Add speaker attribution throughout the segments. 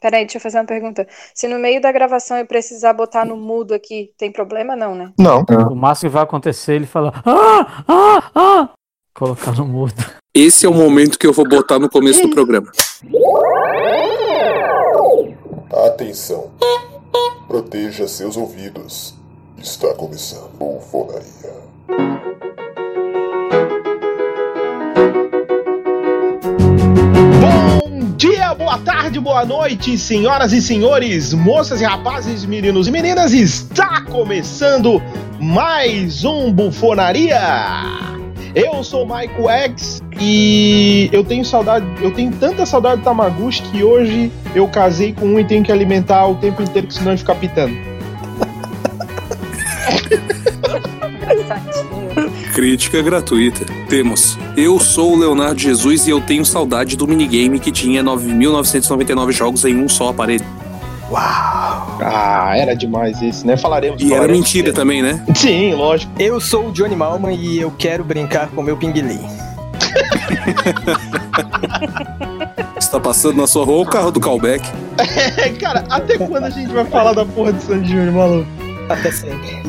Speaker 1: Peraí, deixa eu fazer uma pergunta. Se no meio da gravação eu precisar botar no mudo aqui, tem problema não, né?
Speaker 2: Não.
Speaker 3: Ah.
Speaker 4: O máximo que vai acontecer, ele fala. Ah, ah, ah! Colocar no mudo.
Speaker 3: Esse é o momento que eu vou botar no começo do programa.
Speaker 5: Atenção. Proteja seus ouvidos. Está começando o Fonaria.
Speaker 2: Bom dia, boa tarde, boa noite, senhoras e senhores, moças e rapazes, meninos e meninas, está começando mais um Bufonaria! Eu sou o Maico X e eu tenho saudade, eu tenho tanta saudade do Tamaguchi que hoje eu casei com um e tenho que alimentar o tempo inteiro, que senão ele fica pitando.
Speaker 1: tá? Engraçadinho.
Speaker 3: Crítica gratuita. Temos. Eu sou o Leonardo Jesus e eu tenho saudade do minigame que tinha 9.999 jogos em um só aparelho.
Speaker 2: Ah, era demais esse, né? Falaremos.
Speaker 3: E era
Speaker 2: falaremos
Speaker 3: mentira também, né?
Speaker 2: dele. Sim, lógico.
Speaker 6: Eu sou o Johnny Malman e eu quero brincar com meu pinguelim.
Speaker 3: Está passando na sua rua o carro do callback.
Speaker 2: É, cara, até quando a gente vai falar da porra de Sandy Júnior, maluco?
Speaker 6: Até sempre.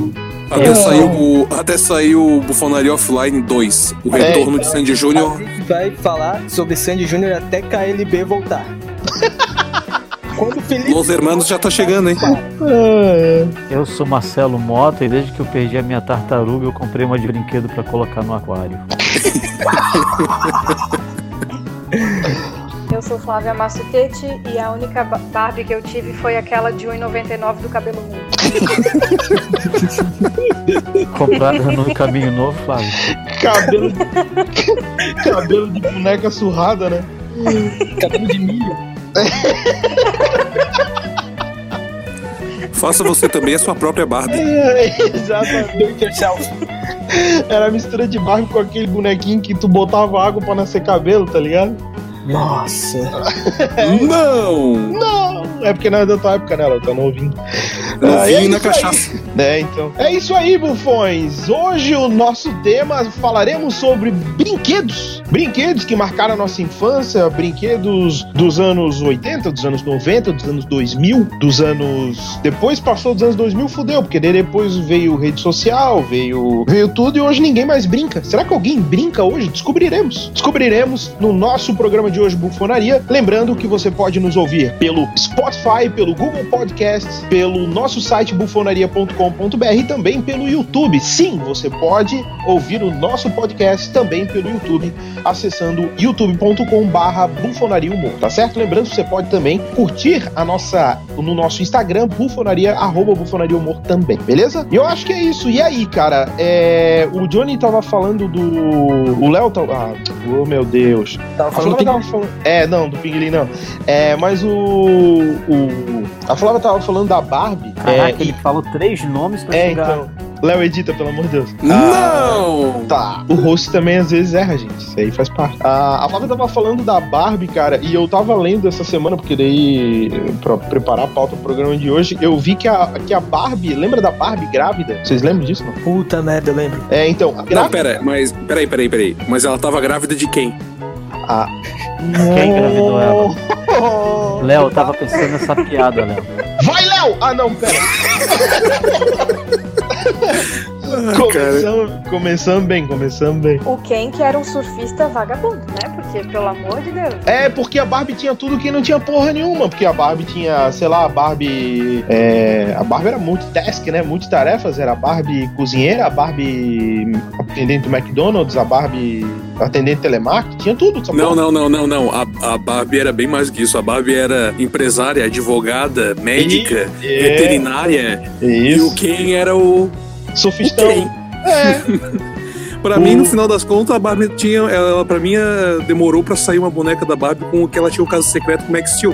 Speaker 3: Até saiu o, até saiu o Bufonaria Offline 2, o
Speaker 2: É.
Speaker 3: retorno de Sandy
Speaker 6: A
Speaker 3: Júnior.
Speaker 6: gente vai falar sobre Sandy Júnior até KLB voltar. Quando o Felipe.
Speaker 3: Los Hermanos já tá chegando, hein?
Speaker 4: Eu sou Marcelo Mota e desde que eu perdi a minha tartaruga, eu comprei uma de brinquedo pra colocar no aquário.
Speaker 1: Eu sou Flávia Massutetti e a única ba- Barbie que eu tive foi aquela de 1,99 do cabelo ruim.
Speaker 4: Comprada no caminho novo, Flávio.
Speaker 2: Cabelo de... Cabelo de boneca surrada, né?
Speaker 6: Cabelo de milho.
Speaker 3: Faça você também a sua própria Barbie.
Speaker 2: Exatamente.
Speaker 6: Do it yourself.
Speaker 2: Era a mistura de Barbie com aquele bonequinho que tu botava água pra nascer cabelo, tá ligado?
Speaker 6: Nossa.
Speaker 3: Não!
Speaker 2: Não! É porque não é da tua época, né? Ela tá novinho.
Speaker 3: Não
Speaker 2: Ah, é
Speaker 3: vim na
Speaker 2: isso
Speaker 3: cachaça.
Speaker 2: É, então. É isso aí, bufões! Hoje o nosso tema falaremos sobre brinquedos. Brinquedos que marcaram a nossa infância, brinquedos dos anos 80, dos anos 90, dos anos 2000, dos anos. Depois passou dos anos 2000, fudeu, porque daí depois veio rede social, veio, veio tudo e hoje ninguém mais brinca. Será que alguém brinca hoje? Descobriremos. Descobriremos no nosso programa de hoje, Bufonaria. Lembrando que você pode nos ouvir pelo Spotify, pelo Google Podcasts, pelo nosso site bufonaria.com.br e também pelo YouTube. Sim, você pode ouvir o nosso podcast também pelo YouTube, acessando youtube.com/barra bufonaria humor, tá certo? Lembrando que você pode também curtir a nossa no nosso Instagram bufonaria arroba bufonaria humor também, beleza? E eu acho que é isso. E aí, cara? É... O Johnny tava falando do o Léo tava... ah, oh meu Deus.
Speaker 6: Tava
Speaker 2: A Flávia
Speaker 6: falando que
Speaker 2: tava falando. É, não, do Pinguim não. É, mas o. o- A Flávia tava falando da Barbie.
Speaker 4: Caraca,
Speaker 2: é,
Speaker 4: ele falou três nomes pra
Speaker 2: é,
Speaker 4: chegar.
Speaker 2: então. Léo edita, pelo amor de Deus.
Speaker 3: Não!
Speaker 2: Tá. O rosto também às vezes erra, gente. Isso aí faz parte. Ah, a Flávia tava falando da Barbie, cara, e eu tava lendo essa semana, porque daí, pra preparar a pauta do programa de hoje, eu vi que a, que a Barbie. Lembra da Barbie grávida? Vocês lembram disso, não?
Speaker 6: Puta merda, eu lembro.
Speaker 2: É, então. A
Speaker 3: Não,
Speaker 2: grávida.
Speaker 3: pera, mas. Peraí, peraí, peraí. Mas ela tava grávida de quem?
Speaker 4: então, Quem engravidou ela?
Speaker 2: ela?
Speaker 4: Léo, eu tava pensando nessa piada, Léo.
Speaker 2: Vai, Léo! Ah, não, pera. começamos, começamos bem, começamos bem.
Speaker 1: O Ken que era um surfista vagabundo, né? Porque, pelo amor de Deus.
Speaker 2: É, porque a Barbie tinha tudo que não tinha porra nenhuma. Porque a Barbie tinha, sei lá, a Barbie. é, a Barbie era multitask, né? Multitarefas. Era a Barbie cozinheira, a Barbie atendente do McDonald's, a Barbie atendente telemarketing. Tinha tudo. essa porra.
Speaker 3: Não, não, não, não, não. A, a Barbie era bem mais que isso. A Barbie era empresária, advogada, médica,
Speaker 2: É,
Speaker 3: veterinária.
Speaker 2: é
Speaker 3: E o
Speaker 2: isso.
Speaker 3: Ken era o, o
Speaker 2: Sofistão.
Speaker 3: Ken.
Speaker 2: É.
Speaker 3: Pra
Speaker 2: O-
Speaker 3: mim, no final das contas, a Barbie tinha. Ela, pra mim, eh, demorou pra sair uma boneca da Barbie com que ela tinha o caso secreto com o Max Steel.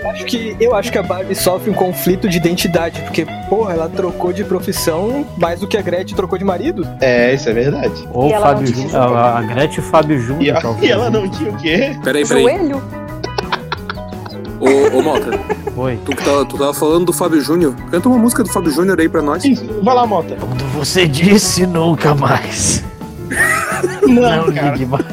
Speaker 6: Eu acho, que, eu acho que a Barbie sofre um conflito de identidade, porque, porra, ela trocou de profissão mais do que a Gretchen trocou de marido.
Speaker 2: é, isso é verdade.
Speaker 4: Ou
Speaker 1: E
Speaker 4: o
Speaker 1: ela não
Speaker 4: Fábio
Speaker 1: tinha
Speaker 4: Júnior. A a Gretchen e o Fábio
Speaker 2: E,
Speaker 4: Júnior.
Speaker 2: a-
Speaker 4: talvez.
Speaker 2: e ela não tinha o quê?
Speaker 3: Peraí, peraí.
Speaker 1: Joelho?
Speaker 3: Ô, ô Mota,
Speaker 4: Foi.
Speaker 3: tu, que tava, tu tava falando do Fábio Júnior. Canta uma música do Fábio Júnior aí pra nós.
Speaker 2: Isso. Vai lá, Mota.
Speaker 4: Quando você disse nunca mais.
Speaker 2: Não,
Speaker 4: Não ligue mais.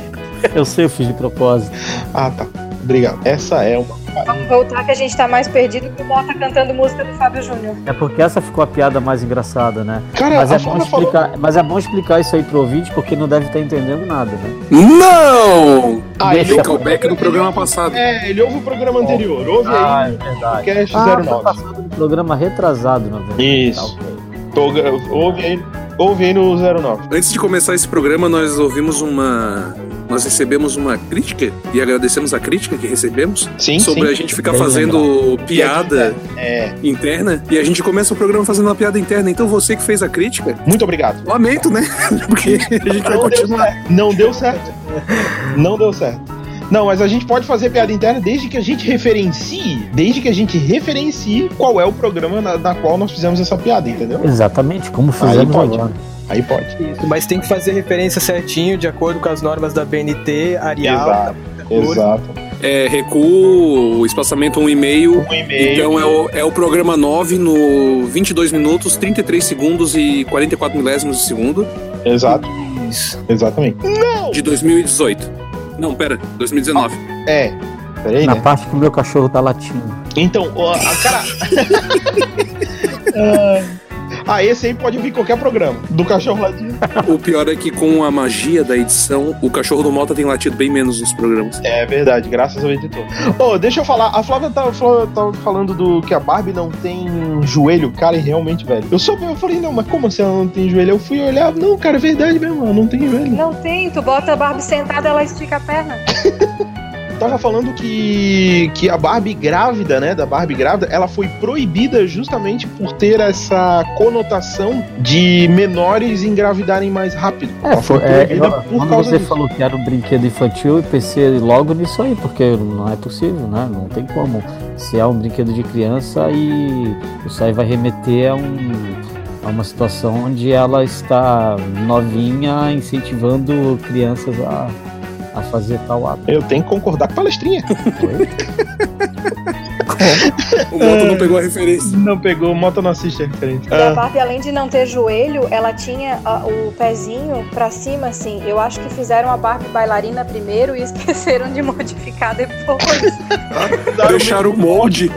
Speaker 4: Eu sei, eu fiz de propósito.
Speaker 2: Ah, tá. Obrigado. Essa é uma.
Speaker 1: Vamos voltar que a gente tá mais perdido que o Mota cantando música do Fábio Júnior.
Speaker 4: É porque essa ficou a piada mais engraçada, né?
Speaker 2: Cara,
Speaker 4: Mas
Speaker 2: a
Speaker 4: é, bom
Speaker 2: Fala falou.
Speaker 4: explicar, mas é bom explicar isso aí pro ouvinte, porque não deve estar entendendo nada, né?
Speaker 3: Não!
Speaker 2: Ah, ele
Speaker 4: Deixa
Speaker 3: Deu
Speaker 2: ouve,
Speaker 4: eu-
Speaker 3: callback do programa passado.
Speaker 2: é, ele ouve o programa anterior. Ouve
Speaker 4: Ah,
Speaker 2: aí
Speaker 4: é verdade.
Speaker 2: o Cast
Speaker 4: Ah, tá
Speaker 2: 09.
Speaker 4: passando um programa retrasado, na verdade.
Speaker 2: Isso.
Speaker 4: Tá, ok.
Speaker 2: Tô- Então, Ouve aí, ouve aí no 09.
Speaker 3: Antes de começar esse programa, nós ouvimos uma. Nós recebemos uma crítica e agradecemos a crítica que recebemos
Speaker 2: Sim,
Speaker 3: sobre
Speaker 2: sim.
Speaker 3: a gente ficar
Speaker 4: Bem
Speaker 3: fazendo piada
Speaker 2: É,
Speaker 3: interna e a gente começa o programa fazendo uma piada interna. Então você que fez a crítica,
Speaker 2: muito obrigado.
Speaker 3: lamento, né? Porque a gente vai
Speaker 2: Não deu
Speaker 3: continuar.
Speaker 2: certo. Não deu certo. Não deu certo. Não, mas a gente pode fazer piada interna desde que a gente referencie, desde que a gente referencie qual é o programa na, na qual nós fizemos essa piada, entendeu?
Speaker 4: Exatamente, como fizemos
Speaker 2: pode.
Speaker 4: agora.
Speaker 2: Aí pode.
Speaker 6: Mas tem que fazer referência certinho, de acordo com as normas da BNT, Arial,
Speaker 2: Exato.
Speaker 3: É, recuo, o espaçamento um e-mail.
Speaker 2: Um e-mail.
Speaker 3: Então é o, é o programa 9 no 22 minutos, 33 segundos e 44 milésimos de segundo
Speaker 2: Exato.
Speaker 6: Isso.
Speaker 2: Exatamente.
Speaker 3: de 2018. Não, pera, 2019.
Speaker 2: É. Peraí,
Speaker 4: Na
Speaker 2: né?
Speaker 4: parte que o meu cachorro tá latindo.
Speaker 2: Então, ó, a cara. ah, ah, esse aí pode vir qualquer programa. Do cachorro ladinho.
Speaker 3: O pior é que com a magia da edição, o cachorro do Mota tem latido bem menos nos programas.
Speaker 2: É verdade, graças ao editor. Ô, deixa eu falar. A Flávia tava, Flávia tava falando do que a Barbie não tem joelho, cara, e realmente, velho. Eu soube, eu falei, não, mas como assim ela não tem joelho? Eu fui olhar, não, cara, é verdade mesmo, ela não tem joelho.
Speaker 1: Não tem, tu bota a Barbie sentada, ela estica a perna.
Speaker 2: Tava falando que, que a Barbie grávida, né, da Barbie grávida, ela foi proibida justamente por ter essa conotação de menores engravidarem mais rápido. ela foi
Speaker 4: é,
Speaker 2: proibida
Speaker 4: eu-
Speaker 2: por
Speaker 4: quando
Speaker 2: causa
Speaker 4: você
Speaker 2: disso.
Speaker 4: falou que era um brinquedo infantil, eu pensei logo nisso aí, porque não é possível, né? Não tem como. Se é um brinquedo de criança e isso aí vai remeter a, um- a uma situação onde ela está novinha incentivando crianças a, a fazer tal ato. é
Speaker 2: Eu tenho que concordar com a palestrinha.
Speaker 3: O Mota não pegou a referência.
Speaker 2: Não pegou, Mota não assiste a referência.
Speaker 1: E
Speaker 6: Ah.
Speaker 1: a Barbie, além de não ter joelho, ela tinha ah, o pezinho pra cima, assim. Eu acho que fizeram a Barbie bailarina primeiro e esqueceram de modificar depois.
Speaker 3: Deixaram o molde.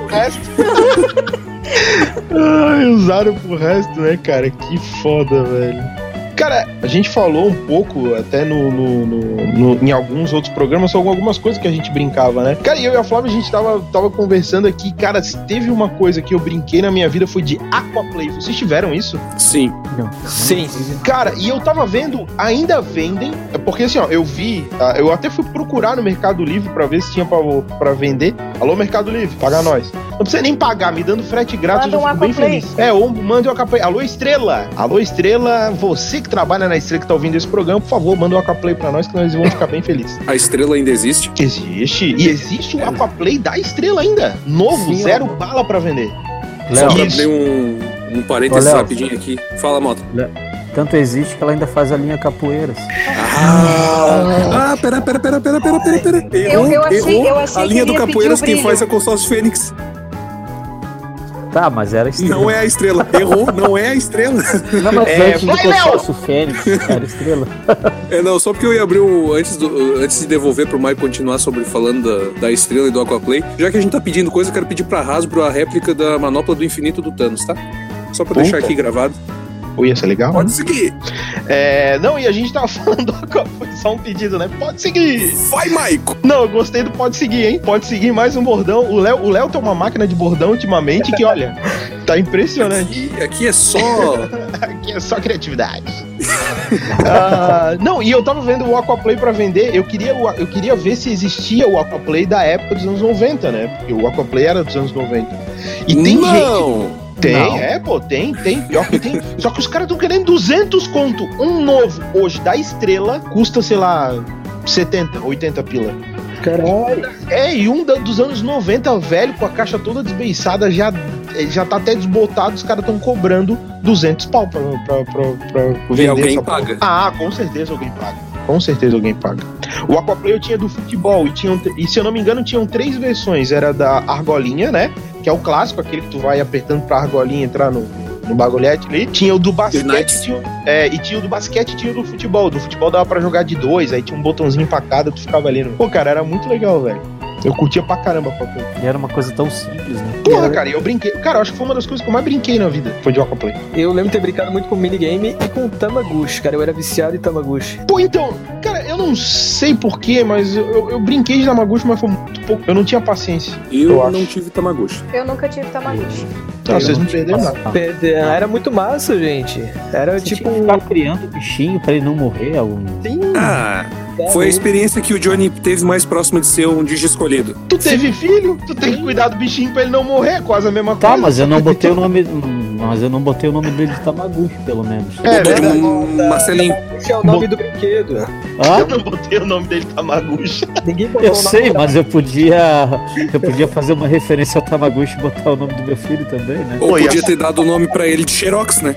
Speaker 2: Ai, usaram pro resto, né, cara? Que foda, velho. Cara, a gente falou um pouco, até no, no- no- no- em alguns outros programas, sobre algumas coisas que a gente brincava, né? Cara, eu e a Flávia, a gente tava, tava conversando aqui. Cara, se teve uma coisa que eu brinquei na minha vida foi de Aquaplay. Vocês tiveram isso?
Speaker 3: Sim.
Speaker 6: Sim.
Speaker 2: Cara, e eu tava vendo, ainda vendem, é porque assim, ó, eu vi, tá? eu até fui procurar no Mercado Livre pra ver se tinha pra, pra vender. Alô, Mercado Livre, paga nós. Não precisa nem pagar, me dando frete grátis,
Speaker 1: Manda
Speaker 2: eu já
Speaker 1: um
Speaker 2: fico bem
Speaker 1: Aquaplay.
Speaker 2: feliz. É, ou manda um Acaplay. Alô, Estrela! Alô, Estrela, você que trabalha na Estrela que tá ouvindo esse programa, por favor, manda um Acaplay pra nós que nós vamos ficar bem felizes.
Speaker 3: A estrela ainda existe.
Speaker 2: Existe, e existe o Aquaplay da Estrela ainda. Novo,
Speaker 4: Sim,
Speaker 2: zero bala pra vender.
Speaker 3: Só pra
Speaker 4: Léo,
Speaker 2: Isso.
Speaker 3: abrir um, um parênteses
Speaker 4: Ô, Léo.
Speaker 3: rapidinho aqui. Fala, Mota.
Speaker 4: tanto existe que ela ainda faz a linha capoeiras.
Speaker 3: Ah, ah pera, pera, pera, pera, pera, pera, pera.
Speaker 1: Eu- eu achei- eu achei
Speaker 3: a linha
Speaker 1: que
Speaker 3: do
Speaker 1: ele ia
Speaker 3: Capoeiras
Speaker 1: pedir o
Speaker 3: quem faz é
Speaker 1: brilho.
Speaker 3: o Consórcio Fênix.
Speaker 4: Tá, mas era estrela.
Speaker 3: Não é a estrela. Errou, não é a estrela.
Speaker 4: Não, mas
Speaker 2: É,
Speaker 4: antes
Speaker 2: vai,
Speaker 4: do consórcio Fênix, era estrela.
Speaker 3: É, não, só porque eu ia abrir o. Antes, do, antes de devolver pro Mike continuar sobre falando da, da estrela e do Aquaplay, já que a gente tá pedindo coisa, eu quero pedir pra Hasbro a réplica da manopla do infinito do Thanos, tá? Só pra deixar
Speaker 2: Puta. Tá
Speaker 3: aqui gravado.
Speaker 2: Ui, ia ser legal. né?
Speaker 3: Pode seguir.
Speaker 2: É, não, e a gente tava falando do Aquaplay, só um pedido, né? Pode seguir!
Speaker 3: Vai, Maico!
Speaker 2: Não, eu gostei do pode seguir, hein? Pode seguir mais um bordão. O Léo, o Léo tem uma máquina de bordão ultimamente que, olha, tá impressionante.
Speaker 3: Aqui, aqui é só.
Speaker 2: Aqui é só criatividade. Ah, não, e eu tava vendo o Aquaplay pra vender. Eu queria, o- eu queria ver se existia o Aquaplay da época dos anos 90, né? Porque o Aquaplay era dos anos 90. E tem gente.
Speaker 3: não!
Speaker 2: Tem,
Speaker 4: Não.
Speaker 2: é, pô, tem, tem. Pior que tem. Só que os caras tão querendo 200 conto. Um novo hoje da estrela custa, sei lá, 70, 80 pila.
Speaker 6: Caralho.
Speaker 2: É, e um da- dos anos 90, velho, com a caixa toda desbeiçada, já, eh, já tá até desbotado, os caras estão cobrando 200 pau pra, pra, pra, pra vender.
Speaker 3: E alguém
Speaker 2: essa porra.
Speaker 3: paga.
Speaker 2: Ah, com certeza alguém paga. Com certeza alguém paga. O Aquaplay eu tinha do futebol, e, tinham, tr- e se eu não me engano, tinham três versões. Era da argolinha, né? Que é o clássico, aquele que tu vai apertando pra argolinha entrar no, no bagulhete ali. Tinha o do basquete,
Speaker 3: Unites.
Speaker 2: tinha, o- é, e tinha o do basquete e tinha o do futebol. Do futebol dava pra jogar de dois, aí tinha um botãozinho pra cada, tu ficava ali. no- Pô, cara, era muito legal, velho. Eu curtia pra caramba Aquaplay.
Speaker 4: E era uma coisa tão simples, né?
Speaker 2: Porra, cara, eu brinquei. Cara, eu acho que foi uma das coisas que eu mais brinquei na vida. Foi de Aquaplay.
Speaker 6: Eu lembro de ter brincado muito com minigame e com Tamaguchi, cara. Eu era viciado em Tamaguchi.
Speaker 2: Pô, então, cara, eu não sei porquê, mas eu, eu, eu brinquei de Namaguchi, mas foi muito pouco. Eu não tinha paciência.
Speaker 3: Eu,
Speaker 2: Eu acho.
Speaker 3: não tive Tamagotchi.
Speaker 1: Eu nunca tive Tamagotchi.
Speaker 4: É,
Speaker 2: Não, vocês não perderam nada.
Speaker 4: tá.
Speaker 6: Perde- ah, Era muito massa, gente. Era
Speaker 4: Você
Speaker 6: tipo. assim,
Speaker 4: tinha que ficar tá criando bichinho pra ele não morrer. é um- algum-
Speaker 6: Sim,
Speaker 3: Ah,
Speaker 6: cara,
Speaker 3: foi a experiência que o Johnny teve mais próximo de ser um digi escolhido.
Speaker 2: Tu teve filho, tu tem que cuidar do bichinho pra ele não morrer, é quase a mesma
Speaker 4: Tá,
Speaker 2: coisa.
Speaker 4: mas eu não botei o nome. Mas eu não botei o nome dele de Tamaguchi, pelo menos.
Speaker 2: É,
Speaker 3: Botou
Speaker 2: verdade.
Speaker 3: um Marcelinho.
Speaker 6: Esse é o nome do brinquedo.
Speaker 4: Hã?
Speaker 2: Eu não botei o nome dele Tamaguchi.
Speaker 6: Ninguém botou
Speaker 4: Eu
Speaker 6: o nome
Speaker 4: sei,
Speaker 6: pra-
Speaker 4: mas eu podia. Eu podia fazer uma referência ao Tamaguchi e botar o nome do meu filho também, né?
Speaker 3: Ou
Speaker 2: Oi,
Speaker 3: podia
Speaker 2: essa-
Speaker 3: ter dado o nome pra ele de Xerox, né?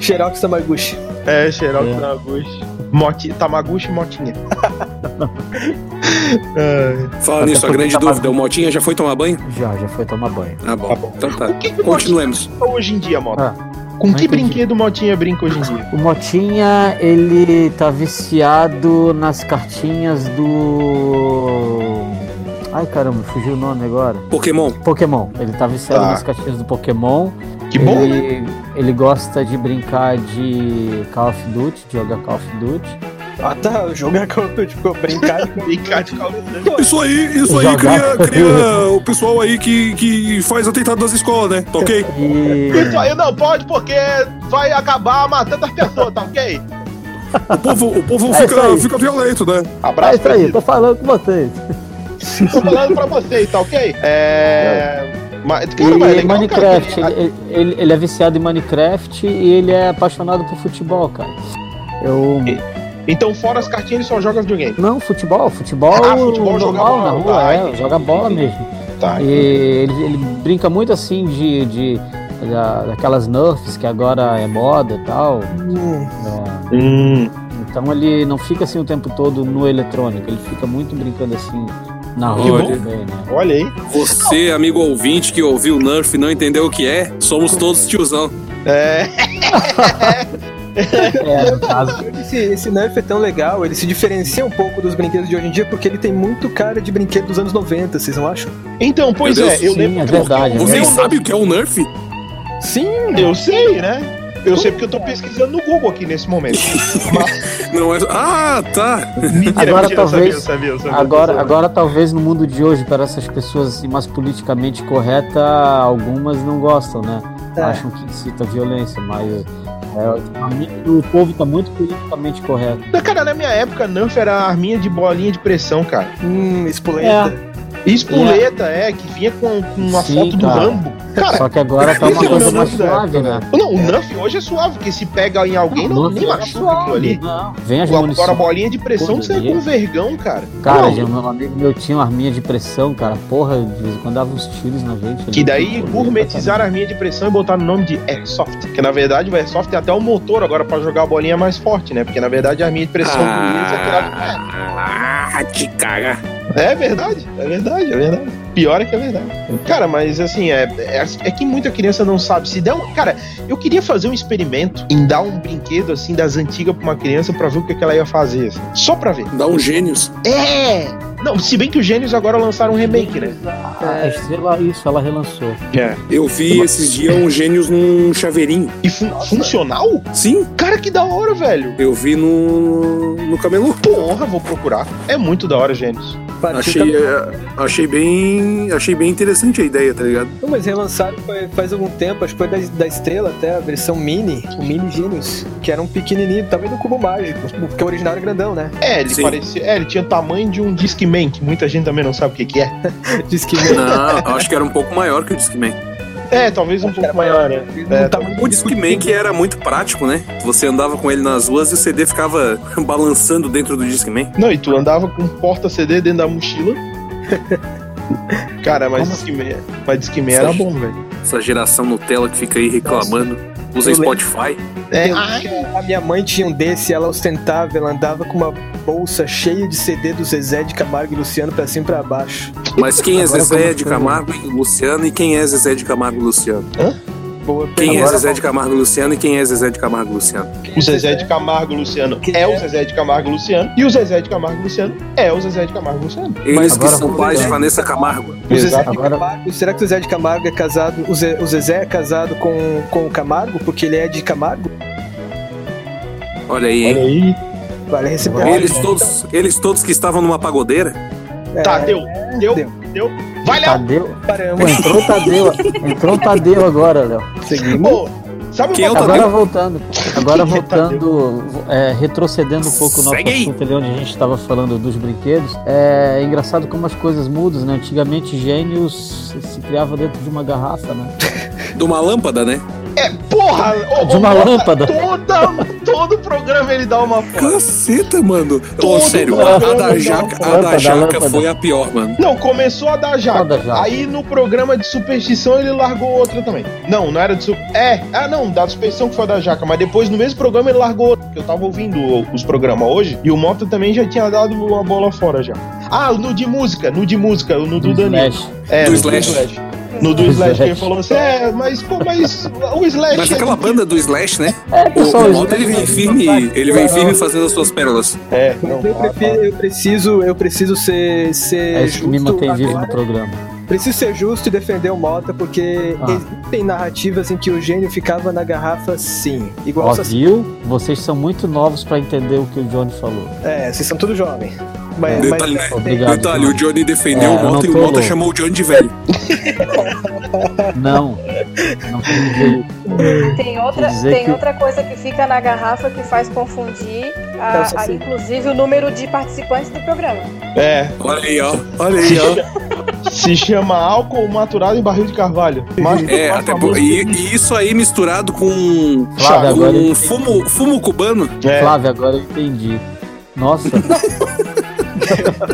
Speaker 6: Xerox Tamaguchi.
Speaker 2: É, Xerox
Speaker 4: É.
Speaker 2: Tamaguchi. Moti... Tamaguchi e Motinha. É.
Speaker 3: Fala
Speaker 4: Até
Speaker 3: nisso, a
Speaker 4: porque
Speaker 3: grande
Speaker 4: tava-
Speaker 3: dúvida. O Motinha já foi tomar banho?
Speaker 4: Já, já foi tomar banho.
Speaker 3: Ah, bom.
Speaker 2: Tá bom.
Speaker 3: Então tá.
Speaker 2: O que que o Motinha
Speaker 3: Continuemos.
Speaker 2: brinca hoje em dia, Mota?
Speaker 4: Ah,
Speaker 2: Com
Speaker 4: não
Speaker 2: que
Speaker 4: entendi.
Speaker 2: brinquedo o Motinha brinca hoje em dia?
Speaker 4: O Motinha, ele tá viciado nas cartinhas do. Ai caramba, fugiu o nome agora.
Speaker 3: Pokémon.
Speaker 4: Pokémon. Ele tá viciado
Speaker 2: Tá.
Speaker 4: nas cartinhas do Pokémon.
Speaker 2: Que bom, né?
Speaker 4: ele, ele gosta de brincar de Call of Duty, de jogar Call of Duty.
Speaker 6: Ah tá, o jogo é como, tipo, brincar.
Speaker 2: Brincar de Call of Duty.
Speaker 3: Isso aí, isso aí cria,
Speaker 4: Jogar.
Speaker 3: cria o pessoal aí que, que faz atentado nas escolas, né? Tá ok?
Speaker 4: E.
Speaker 2: Isso aí não pode porque vai acabar matando as pessoas, tá ok?
Speaker 3: O povo, o povo
Speaker 4: É isso
Speaker 3: fica,
Speaker 4: aí.
Speaker 3: fica violento, né?
Speaker 4: É
Speaker 2: Abraço
Speaker 4: isso
Speaker 2: pra
Speaker 4: aí,
Speaker 2: eles.
Speaker 4: tô falando com vocês.
Speaker 2: Tô falando pra vocês, tá ok? É. Mas, cara,
Speaker 4: e
Speaker 2: mas é legal,
Speaker 4: Minecraft,
Speaker 2: cara,
Speaker 4: ele, ele- ele é viciado em Minecraft e ele é apaixonado por futebol, cara. Eu.
Speaker 2: Então, fora as cartinhas, ele só joga videogame.
Speaker 4: Não, futebol, futebol,
Speaker 2: Ah, futebol, joga
Speaker 4: normal
Speaker 2: bola,
Speaker 4: na rua,
Speaker 2: tá,
Speaker 4: é,
Speaker 2: entendi,
Speaker 4: joga bola
Speaker 2: entendi.
Speaker 4: mesmo.
Speaker 2: Tá.
Speaker 4: E ele, ele brinca muito assim de, de- da- daquelas nerfs que agora é moda e tal. né?
Speaker 2: Hum.
Speaker 4: Então ele não fica assim o tempo todo no eletrônico, ele fica muito brincando assim na rua
Speaker 3: bom.
Speaker 4: também, né?
Speaker 2: Olha aí.
Speaker 3: Você, amigo ouvinte que ouviu o Nerf e não entendeu o que é, somos todos tiozão.
Speaker 2: É.
Speaker 4: É, no caso.
Speaker 6: esse, esse Nerf é tão legal, ele se diferencia um pouco dos brinquedos de hoje em dia, porque ele tem muito cara de brinquedo dos anos 90, vocês não acham?
Speaker 2: Então, pois
Speaker 3: Meu
Speaker 2: é,
Speaker 3: Deus,
Speaker 2: eu
Speaker 4: sim,
Speaker 2: lembro.
Speaker 4: é verdade,
Speaker 2: Eu,
Speaker 4: é
Speaker 3: Vocês
Speaker 4: verdade.
Speaker 3: sabem o que é um Nerf?
Speaker 6: Sim,
Speaker 4: É.
Speaker 2: eu sei, né? Eu sei porque eu tô pesquisando no Google aqui nesse momento.
Speaker 3: Não é. Ah, tá.
Speaker 2: Mentira, mentira,
Speaker 4: Agora,
Speaker 2: eu
Speaker 4: talvez-
Speaker 2: sabia, eu sabia, eu sabia, eu
Speaker 4: Agora,
Speaker 2: sabia.
Speaker 4: agora talvez no mundo de hoje, para essas pessoas assim, mais politicamente corretas, algumas não gostam, né?
Speaker 6: É.
Speaker 4: Acham que incita violência, mas é, ultimamente o povo está muito politicamente correto.
Speaker 2: Não, Cara, na minha época, Nerf era a arminha de bolinha de pressão, cara.
Speaker 6: hum, espoleta.
Speaker 2: E espoleta, é, que vinha com, com uma
Speaker 4: Sim,
Speaker 2: foto do
Speaker 4: cara.
Speaker 2: Rambo. Cara,
Speaker 4: Só que agora tá
Speaker 2: Esse
Speaker 4: uma
Speaker 2: é o
Speaker 4: coisa
Speaker 2: meu
Speaker 4: mais
Speaker 2: Nerf da
Speaker 4: suave,
Speaker 2: época,
Speaker 4: né?
Speaker 2: Não, o Nerf hoje é suave, porque se pega em alguém, não, nem machuca aquilo ali.
Speaker 4: Não, Vem as
Speaker 2: Agora a
Speaker 4: munições.
Speaker 2: bolinha de pressão
Speaker 4: Tudo
Speaker 2: você é
Speaker 4: ali.
Speaker 2: com vergão, cara.
Speaker 4: Cara,
Speaker 2: Não,
Speaker 4: já, meu amigo meu tinha uma arminha de pressão, cara. Porra, de vez em quando dava uns tiros na gente. ali.
Speaker 2: que daí
Speaker 4: Pô,
Speaker 2: gourmetizaram a arminha de pressão e botaram o nome de Airsoft. Que na verdade o Airsoft tem até um motor agora pra jogar a bolinha mais forte, né? Porque na verdade a arminha de pressão do Luiz é
Speaker 4: Ah.
Speaker 2: tirada-
Speaker 3: Ah, te caga.
Speaker 2: É verdade, é verdade, é verdade. Pior é que é verdade. Cara, mas assim, é, é, é que muita criança não sabe. Se der um. Cara, eu queria fazer um experimento em dar um brinquedo assim das antigas pra uma criança pra ver o que, que ela ia fazer. assim. Só pra ver.
Speaker 3: Dá um gênios.
Speaker 2: É! Não, se bem que os gênios agora lançaram um remake, né?
Speaker 4: A estrela, isso, ela relançou.
Speaker 2: É.
Speaker 3: Eu vi esses dias um gênios num chaveirinho.
Speaker 2: E fun- funcional?
Speaker 3: Sim,
Speaker 2: Cara, que da hora, velho.
Speaker 3: eu vi no. no camelô.
Speaker 2: Porra, vou procurar. É muito da hora, gênios.
Speaker 6: Partiu
Speaker 3: Achei,
Speaker 6: também.
Speaker 3: é, achei bem. Achei bem interessante a ideia, tá ligado?
Speaker 6: Não, mas relançaram fa- faz algum tempo, acho que foi da, da Estrela até, a versão mini, o Mini Genius, que era um pequenininho, também do Cubo Mágico, porque o original era grandão, né?
Speaker 2: É, ele
Speaker 3: Sim.
Speaker 2: parecia. É, ele tinha o tamanho de um Discman, que muita gente também não sabe o que, que é.
Speaker 6: Diz que
Speaker 3: Não, acho que era um pouco maior que o Discman.
Speaker 2: É, talvez um pouco maior, né? É,
Speaker 6: não tá muito
Speaker 3: O Discman que era muito prático, né? Você andava com ele nas ruas e o CD ficava balançando dentro do Discman.
Speaker 2: Não, e tu andava com um porta-CD dentro da mochila. Cara, mas
Speaker 4: Como
Speaker 2: Discman, mas Discman era
Speaker 3: Essa-
Speaker 2: assim? é bom, velho.
Speaker 3: Essa geração Nutella que fica aí reclamando. Usa
Speaker 6: Eu lembro.
Speaker 3: Spotify.
Speaker 2: É,
Speaker 6: Eu lembro que A minha mãe tinha um desse, ela ostentava, ela andava com uma bolsa cheia de CD do Zezé de Camargo e Luciano pra cima e pra baixo.
Speaker 3: Mas quem é
Speaker 4: Agora
Speaker 3: Zezé
Speaker 4: vamos-
Speaker 3: de Camargo e Luciano e quem é Zezé de Camargo e Luciano?
Speaker 6: Boa.
Speaker 3: Quem é
Speaker 6: Agora-
Speaker 3: Zezé de Camargo Luciano e quem é Zezé de Camargo Luciano?
Speaker 2: O Zezé de Camargo Luciano
Speaker 6: Que
Speaker 2: é o
Speaker 6: é?
Speaker 2: Zezé de Camargo Luciano. E o Zezé de Camargo Luciano é o Zé de Camargo Luciano.
Speaker 3: Eles
Speaker 4: Agora
Speaker 3: que é? são
Speaker 4: vamos
Speaker 3: pais de
Speaker 4: ver.
Speaker 3: Vanessa Camargo.
Speaker 6: O Zezé
Speaker 2: Exato.
Speaker 6: de
Speaker 4: Agora-
Speaker 6: Camargo, será que o Zezé de Camargo é casado? O, Ze- o Zezé é casado com, com o Camargo? Porque ele é de Camargo?
Speaker 3: Olha aí,
Speaker 2: Olha
Speaker 3: hein?
Speaker 2: aí.
Speaker 6: Vale receber.
Speaker 3: Eles todos, eles todos que estavam numa pagodeira?
Speaker 6: É,
Speaker 2: Tá, deu. Deu.
Speaker 6: deu.
Speaker 2: Deu. Vai, Léo.
Speaker 4: Tadeu. Pô,
Speaker 6: Paramos.
Speaker 4: entrou o Tadeu. Entrou o Tadeu agora, Léo.
Speaker 2: então,
Speaker 6: Seguimos.
Speaker 2: Pô, sabe
Speaker 3: Quem é
Speaker 2: uma
Speaker 3: o
Speaker 2: coisa?
Speaker 3: Tadeu?
Speaker 4: Agora voltando, agora
Speaker 2: Que que é
Speaker 4: voltando, é, retrocedendo um pouco o nosso
Speaker 3: Segue aí.
Speaker 4: assunto ali onde a gente estava falando dos brinquedos, é engraçado como as coisas mudam, né? Antigamente gênios se, se criava dentro de uma garrafa, né?
Speaker 3: De uma lâmpada, né?
Speaker 2: É, porra! ô,
Speaker 4: De
Speaker 2: ô,
Speaker 4: uma
Speaker 2: ô,
Speaker 4: lâmpada.
Speaker 2: Toda, todo programa ele dá uma foto.
Speaker 3: Caceta, mano. Ô,
Speaker 2: Todo
Speaker 3: sério, a,
Speaker 2: mundo
Speaker 3: da
Speaker 2: não.
Speaker 3: Jaca, a
Speaker 4: Lâmpada,
Speaker 3: da Jaca
Speaker 4: lâmpada.
Speaker 3: foi a pior, mano.
Speaker 2: Não, começou a dar jaca.
Speaker 4: Toda jaca.
Speaker 2: Aí no programa de superstição ele largou outra também. Não, não era de superstição. É, ah não, da superstição que foi a da jaca. Mas depois no mesmo programa ele largou outra. porque Eu tava ouvindo o- os programas hoje e o Mota também já tinha dado uma bola fora já. Ah, no de música, no de música, no do, Danilo.
Speaker 4: Smash.
Speaker 2: É,
Speaker 3: Do
Speaker 2: no
Speaker 3: Slash.
Speaker 2: No do
Speaker 4: Do
Speaker 2: Slash, que ele
Speaker 4: Slash.
Speaker 2: falou assim: é, mas, pô, mas o Slash.
Speaker 3: Mas
Speaker 2: é
Speaker 3: aquela
Speaker 2: do-
Speaker 3: banda do Slash, né?
Speaker 4: É,
Speaker 3: O,
Speaker 4: pessoal,
Speaker 3: o
Speaker 4: isso
Speaker 3: Malta, ele vem
Speaker 4: não-
Speaker 3: firme, ele vem firme fazendo as suas pérolas.
Speaker 2: É,
Speaker 6: Eu,
Speaker 2: não, tá, tá.
Speaker 6: prefiro- eu preciso, eu preciso ser, ser
Speaker 4: É isso que me
Speaker 6: justo
Speaker 4: mantém vivo no
Speaker 6: agora.
Speaker 4: programa.
Speaker 6: Preciso ser justo e defender o Mota, porque
Speaker 4: Ah.
Speaker 6: existem narrativas em que o gênio ficava na garrafa sim. Igual
Speaker 4: Ó,
Speaker 6: essas-
Speaker 4: viu? Vocês são muito novos pra entender o que o Johnny falou.
Speaker 6: É, vocês são tudo jovem.
Speaker 4: É,
Speaker 6: Mas, mas-
Speaker 3: Detalhe,
Speaker 4: Obrigado.
Speaker 3: detalhe, o Johnny
Speaker 4: É,
Speaker 3: defendeu o Malta
Speaker 4: eu não
Speaker 3: e o
Speaker 4: tô
Speaker 3: Malta
Speaker 4: louco.
Speaker 3: chamou o Johnny de velho.
Speaker 4: Não. Não tem jeito.
Speaker 1: Tem outra,
Speaker 4: dizer
Speaker 1: tem
Speaker 4: que-
Speaker 1: outra coisa que fica na garrafa que faz confundir, a-
Speaker 6: Então, se-
Speaker 1: a- inclusive, o número de participantes do programa.
Speaker 2: É,
Speaker 3: Olha aí, ó. Olha aí, ó.
Speaker 2: se chama álcool maturado em barril de carvalho. Mas,
Speaker 3: É,
Speaker 4: tá
Speaker 3: até por- e, e isso aí misturado com,
Speaker 4: Flávio,
Speaker 2: Chagas.
Speaker 4: agora,
Speaker 3: com fumo, fumo cubano.
Speaker 2: É,
Speaker 4: Flávio, agora eu entendi. Nossa,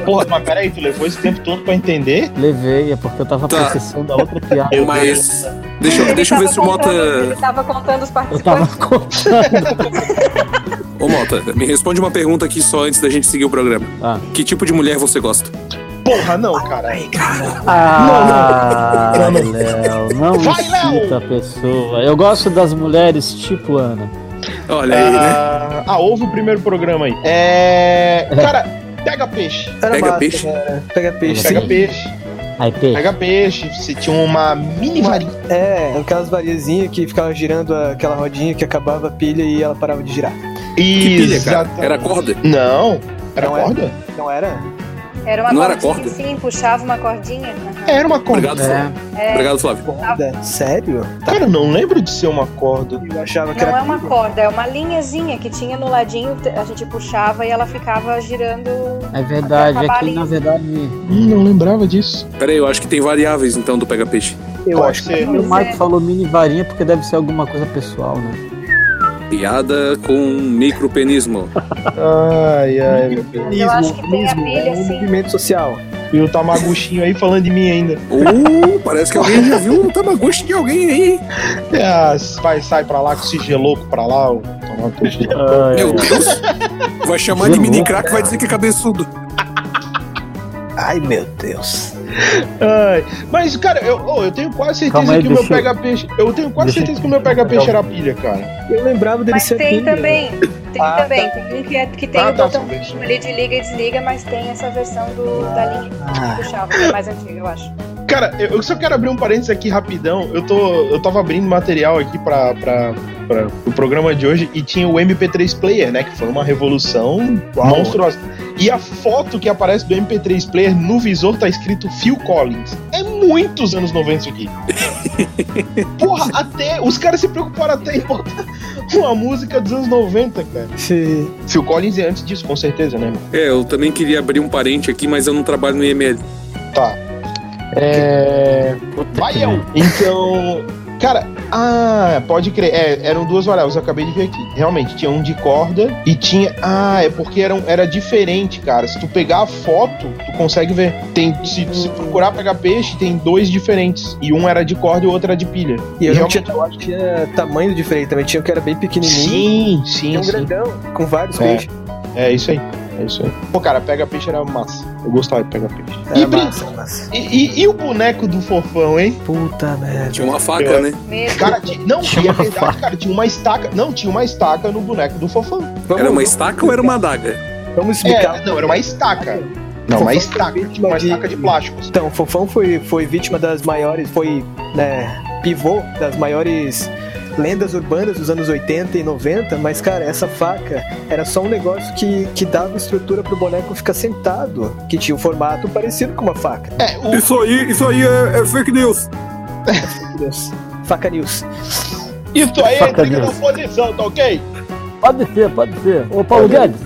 Speaker 2: porra, mas peraí, tu levou esse tempo todo pra entender?
Speaker 4: levei, é porque eu tava
Speaker 3: Tá.
Speaker 4: processando a outra piada.
Speaker 2: Eu-
Speaker 3: Mas deixa, eu-
Speaker 1: Ele
Speaker 3: deixa eu ver
Speaker 1: tava
Speaker 3: se o Malta.
Speaker 1: contando- Ele tava contando os
Speaker 4: Eu
Speaker 1: participantes.
Speaker 4: tava contando.
Speaker 3: Ô Malta, me responde uma pergunta aqui só antes da gente seguir o programa.
Speaker 4: Ah.
Speaker 3: Que tipo de mulher você gosta?
Speaker 2: Porra, não, cara.
Speaker 4: Ah, Léo, não
Speaker 2: Vai, Léo!
Speaker 4: cita a pessoa. Eu gosto das mulheres tipo Ana.
Speaker 3: Olha aí, né?
Speaker 2: Ah, ah, ouve o primeiro programa aí. É. Cara, pega peixe.
Speaker 6: era
Speaker 3: Pega
Speaker 6: massa,
Speaker 3: peixe.
Speaker 6: cara. Pega peixe.
Speaker 2: Pega
Speaker 4: Sim.
Speaker 2: peixe.
Speaker 4: Aí, P,
Speaker 2: Pega peixe. Você tinha uma mini varinha.
Speaker 6: É, aquelas varinhas que ficavam girando aquela rodinha que acabava a pilha e ela parava de girar.
Speaker 3: Que pilha, cara.
Speaker 2: Exatamente.
Speaker 3: Era corda?
Speaker 2: Não. Era
Speaker 6: Não é?
Speaker 2: corda?
Speaker 6: Não era?
Speaker 1: Era uma
Speaker 3: Não era
Speaker 1: cordinha,
Speaker 3: corda?
Speaker 1: sim, puxava uma cordinha. Aham.
Speaker 2: É, Era uma corda.
Speaker 3: Obrigado, Flávio.
Speaker 1: É,
Speaker 3: Obrigado, Flávio.
Speaker 6: Corda? Sério?
Speaker 2: Cara, eu não lembro de ser uma corda.
Speaker 6: Eu achava que
Speaker 1: não
Speaker 6: era.
Speaker 1: é uma
Speaker 6: pilha.
Speaker 1: corda, é uma linhazinha que tinha no ladinho, te- a gente puxava e ela ficava girando.
Speaker 4: é verdade,
Speaker 1: Acabar
Speaker 4: é que na
Speaker 1: ali.
Speaker 4: verdade
Speaker 2: Hum, não lembrava disso.
Speaker 3: Pera aí, eu acho que tem variáveis então do Pega Peixe.
Speaker 6: Eu
Speaker 2: Pode
Speaker 6: acho que
Speaker 2: ser.
Speaker 4: o
Speaker 1: Pois
Speaker 4: Marco
Speaker 1: é.
Speaker 4: falou mini varinha porque deve ser alguma coisa pessoal, né?
Speaker 3: Piada com micropenismo.
Speaker 2: Ai, ai, meu Deus.
Speaker 1: Mas eu acho que tem a
Speaker 6: Feminismo,
Speaker 1: pilha,
Speaker 6: é um
Speaker 1: sim.
Speaker 6: movimento social.
Speaker 2: E o Tamaguchinho aí falando de mim ainda.
Speaker 3: Uh, parece que alguém já viu o Tamagotchi de alguém aí. hein?
Speaker 2: Ah, vai, sai pra lá com esse gelouco é pra lá. o Tamaguchi.
Speaker 3: Meu Deus. Vai chamar de
Speaker 4: Gelou,
Speaker 3: mini crack, vai dizer que é cabeçudo.
Speaker 6: Ai, meu Deus.
Speaker 2: Ai, mas, cara, eu, ô, eu tenho quase certeza
Speaker 4: Calma aí,
Speaker 2: que o meu
Speaker 4: deixa eu-
Speaker 2: pega-peixe. Eu tenho quase
Speaker 4: deixa eu-
Speaker 2: certeza que o meu pega-peixe era pilha, cara.
Speaker 6: Eu lembrava dele
Speaker 1: Mas
Speaker 6: ser
Speaker 1: tem
Speaker 6: pilha.
Speaker 1: também, tem
Speaker 6: Ah,
Speaker 1: também. Tem um que, é, que tem
Speaker 2: tá. Ah,
Speaker 1: o
Speaker 2: tá,
Speaker 1: botãozinho
Speaker 2: sim.
Speaker 1: ali de liga e desliga, mas tem essa versão do, da linha
Speaker 6: Ah.
Speaker 1: que puxava, que é mais antiga, eu acho.
Speaker 2: Cara, eu, eu só quero abrir um parênteses aqui rapidão. Eu, tô, eu tava abrindo material aqui pra, pra, pra o programa de hoje e tinha o MP3 Player, né? Que foi uma revolução monstruosa. E a foto que aparece do MP3 Player no visor tá escrito Phil Collins. É muitos anos 90 isso aqui. Porra, até. Os caras se preocuparam até em botar uma música dos anos 90, cara.
Speaker 6: Sim.
Speaker 2: Phil Collins é antes disso, com certeza, né? mano?
Speaker 3: É, eu também queria abrir um parente aqui, mas eu não trabalho no IML.
Speaker 2: Tá. É. Vai eu. Então. Cara, ah, pode crer. É, eram duas variáveis, eu acabei de ver aqui. Realmente, tinha um de corda e tinha. Ah, é porque eram, era diferente, cara. Se tu pegar a foto, tu consegue ver. Tem, se, se procurar pegar peixe, tem dois diferentes. E um era de corda e o outro era de pilha.
Speaker 6: E eu não
Speaker 2: Realmente,
Speaker 6: tinha, tinha tamanho diferente também. Tinha um que era bem
Speaker 2: Sim,
Speaker 6: pequenininho. Tinha
Speaker 2: sim,
Speaker 6: um
Speaker 2: sim.
Speaker 6: grandão, com vários
Speaker 2: É.
Speaker 6: peixes.
Speaker 2: É isso aí. É isso aí. Pô, cara, pega peixe era massa. Eu gostava de pegar peixe.
Speaker 6: Era
Speaker 2: e, brin-
Speaker 6: Ah, massa, massa.
Speaker 2: e- e- e o boneco do fofão, hein?
Speaker 6: Puta merda.
Speaker 3: Tinha uma faca,
Speaker 2: Eu-
Speaker 3: né?
Speaker 1: Mesmo.
Speaker 2: Cara, ti- não,
Speaker 4: Tinha
Speaker 2: tinha
Speaker 4: uma
Speaker 2: verdade, cara, tinha uma estaca. Não, tinha uma estaca no boneco do fofão.
Speaker 6: Vamos,
Speaker 3: Era uma estaca ou era uma adaga?
Speaker 6: vamos
Speaker 2: É,
Speaker 6: explicar.
Speaker 2: não, era uma estaca. Não, uma estaca. Tinha uma estaca de plástico. assim.
Speaker 6: Então, o Fofão foi, foi vítima das maiores, foi né, pivô das maiores lendas urbanas dos anos 80 e 90, mas cara, essa faca era só um negócio que, que dava estrutura pro boneco ficar sentado, que tinha um formato parecido com uma faca.
Speaker 2: É, o,
Speaker 3: aí, isso aí é, fake news.
Speaker 2: É.
Speaker 6: Meu Deus. Faca News.
Speaker 2: isso aí é
Speaker 4: Faca
Speaker 2: briga da
Speaker 4: mesmo.
Speaker 2: oposição, tá ok?
Speaker 4: Pode ser, pode ser. É Ô, Paulo Guedes,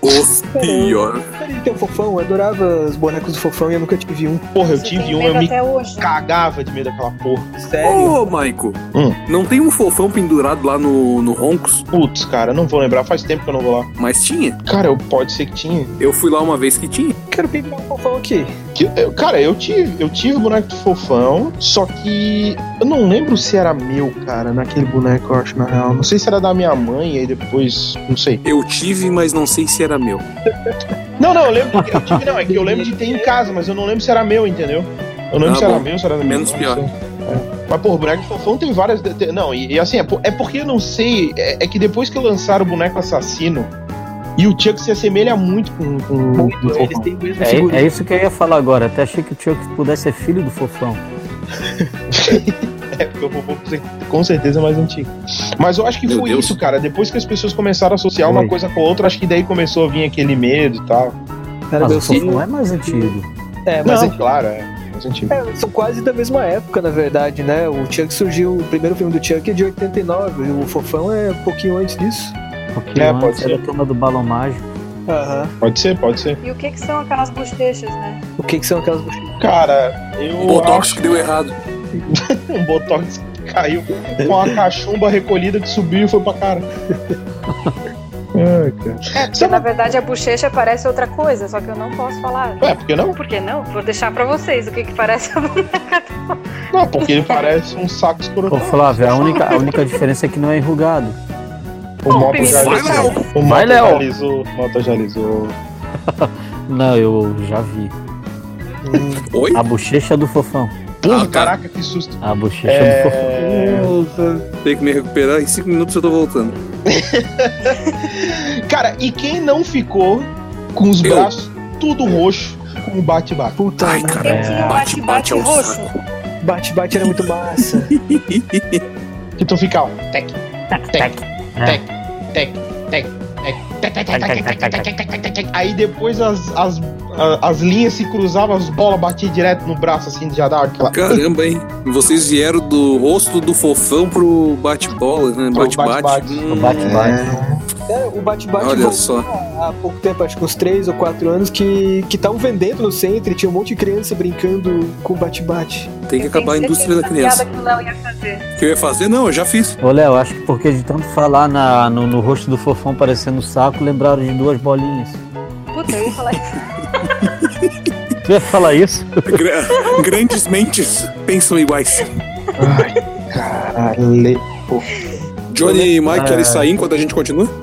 Speaker 3: O pior.
Speaker 6: Ele tem o Fofão, eu adorava os bonecos do Fofão e eu nunca tive um.
Speaker 2: Porra, eu
Speaker 1: Você
Speaker 2: tive
Speaker 1: tem
Speaker 2: um,
Speaker 1: medo
Speaker 2: eu me
Speaker 1: até hoje.
Speaker 2: cagava de medo daquela porra.
Speaker 6: Sério?
Speaker 3: Ô, Maico,
Speaker 2: Hum.
Speaker 3: não tem um fofão pendurado lá no, no Roncos?
Speaker 2: Putz, cara, não vou lembrar, faz tempo que eu não vou lá.
Speaker 3: Mas tinha.
Speaker 2: Cara, eu, pode ser que tinha.
Speaker 3: Eu fui lá uma vez que tinha.
Speaker 2: Uh!
Speaker 6: Quero pegar um Fofão aqui.
Speaker 2: Que- eu- cara, eu tive, eu tive o boneco do fofão, só que eu não lembro se era meu, cara, naquele boneco, eu acho, na real. Não sei se era da minha mãe, aí depois, não sei.
Speaker 3: Eu tive, mas não sei se era meu.
Speaker 2: Não, não, eu lembro que eu tive, não, é que eu lembro de ter em casa, mas eu não lembro se era meu, entendeu? Eu não lembro
Speaker 3: Ah,
Speaker 2: se era
Speaker 3: bom.
Speaker 2: meu, se era da minha
Speaker 3: Menos
Speaker 2: mãe,
Speaker 3: pior.
Speaker 2: não sei. É. Mas, pô, o boneco do fofão tem várias. tem- não, e, e assim, é, po- é porque eu não sei. É, é que depois que lançaram o boneco assassino, e o Chuck se assemelha muito com, com, com o
Speaker 6: Muito, eles
Speaker 2: fofão.
Speaker 6: têm o mesmo
Speaker 4: é,
Speaker 6: figurino.
Speaker 4: é isso que eu ia falar agora. Até achei que o Chuck pudesse ser filho do Fofão.
Speaker 2: É, porque o vovô com certeza é mais antigo. Mas eu acho que
Speaker 3: Meu
Speaker 2: foi
Speaker 3: Deus.
Speaker 2: isso, cara. Depois que as pessoas começaram a associar uma
Speaker 4: Foi.
Speaker 2: coisa com a outra, acho que daí começou a vir aquele medo e tal.
Speaker 6: Era
Speaker 4: Mas
Speaker 6: meu
Speaker 4: o Fofão
Speaker 6: sonho.
Speaker 4: é mais antigo.
Speaker 6: É, mas
Speaker 2: Mas
Speaker 6: é
Speaker 2: é claro, é mais antigo.
Speaker 6: É, são quase da mesma época, na verdade, né? O Chuck surgiu, o primeiro filme do Chuck é de 89, o Fofão é um pouquinho antes disso.
Speaker 4: Porque
Speaker 2: É, pode
Speaker 4: antes era a turma do balão mágico.
Speaker 6: Aham.
Speaker 2: Pode ser, pode ser.
Speaker 1: E o que, que são aquelas bochechas, né?
Speaker 6: O que que são aquelas bochechas?
Speaker 2: Cara, eu.
Speaker 3: O Botox que deu errado.
Speaker 2: acho um botox que caiu com a cachumba recolhida que subiu e foi pra cara. É, Ai, cara.
Speaker 1: Porque, na
Speaker 2: Sabe,
Speaker 1: verdade, a bochecha parece outra coisa, só que eu não posso falar.
Speaker 2: ué, é, por que não?
Speaker 1: Por que não? Vou deixar pra vocês o que, que parece
Speaker 3: É,
Speaker 1: a boneca.
Speaker 2: Não, porque ele parece um saco escuro.
Speaker 4: Ô, Flávio, a única, a única diferença é que não é enrugado.
Speaker 2: O Mota
Speaker 1: Vai,
Speaker 2: já
Speaker 3: Léo!
Speaker 2: alisou. O Mota
Speaker 4: Vai, Léo!
Speaker 2: já alisou. O Mota já alisou.
Speaker 4: Não, eu já vi.
Speaker 3: Oi?
Speaker 4: A bochecha do Fofão.
Speaker 2: Porra,
Speaker 3: Ah, tá.
Speaker 2: caraca, que susto.
Speaker 4: A bochecha
Speaker 2: É.
Speaker 4: do Fofão.
Speaker 3: Tem que me recuperar. Em cinco minutos eu tô voltando.
Speaker 2: Cara, e quem não ficou com os
Speaker 3: Eu.
Speaker 2: braços tudo roxo com o bate-bate?
Speaker 6: Puta,
Speaker 3: Ai,
Speaker 6: né?
Speaker 3: cara.
Speaker 1: Eu tinha um
Speaker 3: Bate, bate
Speaker 1: bate-bate
Speaker 3: ao
Speaker 1: roxo.
Speaker 6: bate-bate era muito massa.
Speaker 2: Que tu fica, ó, tec, tec,
Speaker 4: É.
Speaker 2: tec, tec, tec, tec, tec, tec, tec, tec, tec, tec, tec, tec, tec. Aí depois as, as, a- as linhas se cruzavam, as bolas batiam direto no braço, assim, já dava aquela.
Speaker 3: Caramba, hein? Vocês vieram do rosto do fofão pro bate-bola, né?
Speaker 2: Pro
Speaker 3: Bate-bate.
Speaker 2: bate-bate.
Speaker 4: O
Speaker 3: Hum,
Speaker 4: bate-bate.
Speaker 6: É, o bate-bate
Speaker 3: Olha
Speaker 6: voltou
Speaker 3: só.
Speaker 6: há pouco tempo, acho que uns 3 ou 4 anos, que que estavam vendendo no centro e tinha um monte de criança brincando com bate-bate.
Speaker 3: Tem que
Speaker 1: Eu
Speaker 3: acabar a
Speaker 1: tenho
Speaker 3: indústria da
Speaker 1: certeza que
Speaker 3: criança.
Speaker 1: piada que o Léo ia fazer.
Speaker 3: O que eu ia fazer? Não, eu já fiz.
Speaker 4: Ô, Léo, acho que porque de tanto falar na- no, no rosto do Fofão parecendo um saco, lembraram de duas bolinhas.
Speaker 1: Puta, eu ia falar isso.
Speaker 4: Tu ia falar isso?
Speaker 3: Gra- Grandes mentes pensam iguais.
Speaker 2: Caralho.
Speaker 3: Johnny e Mike querem sair enquanto a gente continua?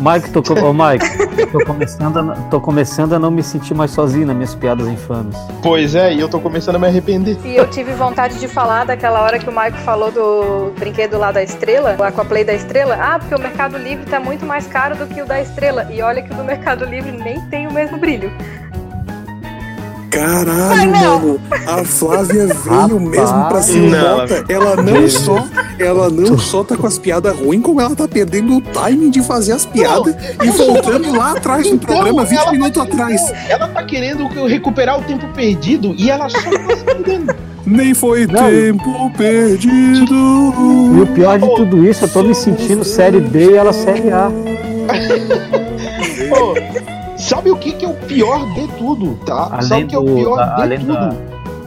Speaker 4: Mike, tô, co- ô, Mike, tô começando, a, n- tô começando a não me sentir mais sozinho nas minhas piadas infames.
Speaker 2: Pois é, e eu tô começando a me arrepender.
Speaker 1: E eu tive vontade de falar daquela hora que o Maico falou do brinquedo lá da estrela, lá com a Play da estrela. Ah, porque o Mercado Livre tá muito mais caro do que o da estrela. E olha que o do Mercado Livre nem tem o mesmo brilho. Vai,
Speaker 3: Caralho,
Speaker 1: Léo.
Speaker 3: mano. A Flávia veio
Speaker 4: Rapaz.
Speaker 3: mesmo pra cima.
Speaker 2: Não,
Speaker 3: Bota. Ela não só, ela não só tá com as piadas ruins, como ela tá perdendo o timing de fazer as piadas e voltando lá atrás no um programa, 20
Speaker 2: Então, ela- tá
Speaker 3: minutos atrás.
Speaker 2: Ela tá querendo que eu recuperar o tempo perdido e ela só tá se perdendo.
Speaker 3: Nem foi
Speaker 4: Não.
Speaker 3: tempo
Speaker 4: E
Speaker 3: perdido.
Speaker 4: o pior de tudo isso, eu tô me sentindo série B e ela série A.
Speaker 2: Pô, Sabe o que, que é o pior de tudo, tá? Sabe
Speaker 4: Além
Speaker 2: o que é
Speaker 4: do.
Speaker 2: o pior
Speaker 4: a-
Speaker 2: de
Speaker 4: além
Speaker 2: tudo?
Speaker 4: da.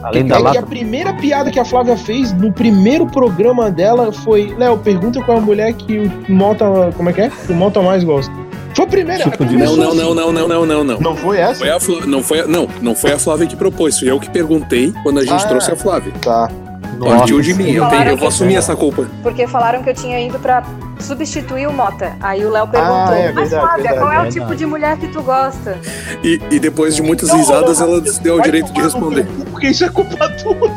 Speaker 4: Além da
Speaker 2: é que a
Speaker 4: lata.
Speaker 2: primeira piada que a Flávia fez no primeiro programa dela foi: Léo, pergunta qual é a mulher que o Mota. Como é que é? Que o Mota mais gosta. Foi a primeira.
Speaker 4: Tipo de-
Speaker 2: começou
Speaker 3: Não, não,
Speaker 2: assim.
Speaker 3: não, não, não, não, não, não.
Speaker 2: Não foi essa?
Speaker 3: Foi a Flá- não, foi a- não, não foi a Flávia que propôs, foi eu que perguntei quando a gente
Speaker 2: Ah.
Speaker 3: trouxe a Flávia.
Speaker 2: Tá.
Speaker 3: Partiu de mim, eu, tenho- eu vou assumir essa culpa.
Speaker 1: Porque falaram que eu tinha ido pra substituir o Mota. Aí o Léo perguntou,
Speaker 2: é
Speaker 1: mas
Speaker 2: verdade,
Speaker 1: Flávia,
Speaker 2: verdade,
Speaker 1: qual é o
Speaker 4: verdade.
Speaker 1: tipo de mulher que tu gosta?
Speaker 3: E, e depois de muitas risadas, ela deu o direito de responder.
Speaker 2: Porque isso é culpa tua.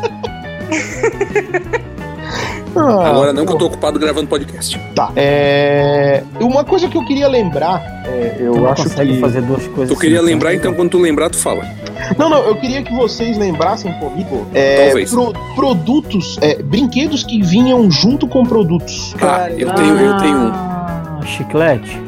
Speaker 2: Ah,
Speaker 3: Agora não que eu tô ocupado gravando podcast.
Speaker 2: Tá. É... Uma coisa que eu queria lembrar, é, eu
Speaker 4: Tu não
Speaker 2: acho
Speaker 4: consegue
Speaker 2: que.
Speaker 4: fazer duas coisas.
Speaker 3: Tu queria
Speaker 4: assim,
Speaker 3: lembrar, então quando tu lembrar, tu fala.
Speaker 2: Não, não, eu queria que vocês lembrassem comigo é,
Speaker 3: Talvez.
Speaker 2: pro- produtos, é, brinquedos que vinham junto com produtos.
Speaker 3: Ah,
Speaker 6: Cara,
Speaker 3: eu tenho, eu tenho um.
Speaker 4: Ah, Chiclete?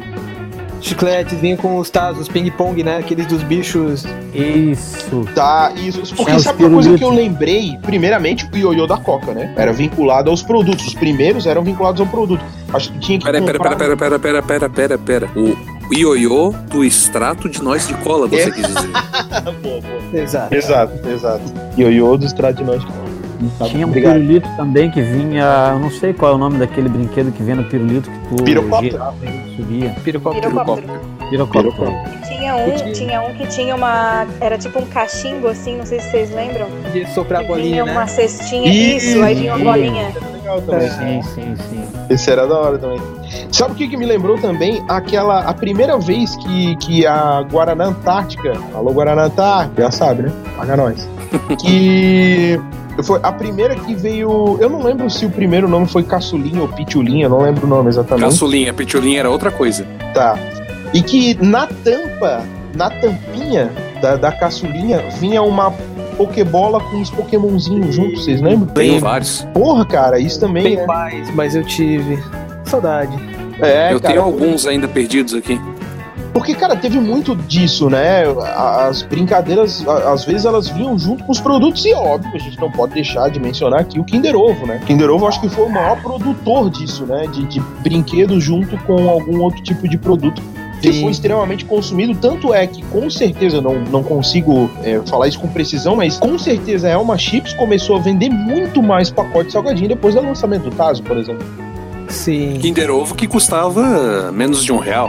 Speaker 6: Chicletes vinham com os tazos, os ping-pong, né? Aqueles dos bichos.
Speaker 4: Isso.
Speaker 2: Tá, isso. Porque
Speaker 4: É, os
Speaker 2: sabe uma coisa
Speaker 4: pirulitos.
Speaker 2: que eu lembrei? Primeiramente, o ioiô da Coca, né? Era vinculado aos produtos. Os primeiros eram vinculados ao produto. Acho que tinha que
Speaker 3: Pera, pera,
Speaker 2: comprar-
Speaker 3: pera, pera, pera, pera, pera, pera, pera. O ioiô do extrato de nós de cola, você
Speaker 2: É.
Speaker 3: quis dizer.
Speaker 2: Boa, boa.
Speaker 6: Exato.
Speaker 2: Exato, exato. Ioiô dos tradicionais.
Speaker 4: Tinha um
Speaker 2: Obrigado.
Speaker 4: pirulito também que vinha. Eu não sei qual é o nome daquele brinquedo que vinha no pirulito que tu
Speaker 2: Pirocóptero.
Speaker 4: girava e subia. tipo
Speaker 6: Pirocóptero.
Speaker 1: Pirocóptero.
Speaker 4: Pirocóptero.
Speaker 1: E tinha um, tinha um que tinha uma... Era tipo um cachimbo, assim, não sei se vocês lembram.
Speaker 6: De soprar a
Speaker 1: que
Speaker 6: bolinha,
Speaker 1: vinha é uma
Speaker 6: né?
Speaker 1: cestinha.
Speaker 2: Isso,
Speaker 1: Isso, aí vinha uma bolinha.
Speaker 2: Legal também.
Speaker 4: Sim, sim, sim.
Speaker 2: É. Esse era da hora também. Sabe o que, que me lembrou também? Aquela. A primeira vez que, que a Guaraná Antártica. Alô, Guaraná Antártica, já sabe, né? Paga nós. que. Foi a primeira que veio. Eu não lembro se o primeiro nome foi Caçulinha ou Pitulinha, não lembro o nome exatamente.
Speaker 3: Caçulinha, pitulinha era outra coisa.
Speaker 2: Tá. E que na tampa, na tampinha da, da caçulinha, vinha uma Pokébola com os Pokémonzinhos juntos, vocês lembram?
Speaker 3: Tenho vários.
Speaker 2: Porra, cara, isso também.
Speaker 6: Tem
Speaker 2: né?
Speaker 6: paz, mas eu tive. Saudade.
Speaker 2: É,
Speaker 3: eu
Speaker 2: cara.
Speaker 3: tenho alguns ainda perdidos aqui.
Speaker 2: Porque, cara, teve muito disso, né? A- As brincadeiras, a- às vezes, elas vinham junto com os produtos, e óbvio, a gente não pode deixar de mencionar aqui o Kinder Ovo, né? Kinder Ovo acho que foi o maior produtor disso, né? De, de brinquedo junto com algum outro tipo de produto. Que
Speaker 6: Sim.
Speaker 2: foi extremamente consumido, tanto é que com certeza, não, não consigo é, falar isso com precisão, mas com certeza a Elma Chips começou a vender muito mais pacote de salgadinho depois do lançamento do Tazo, por exemplo.
Speaker 6: Sim.
Speaker 3: Kinder Ovo que custava menos de um real.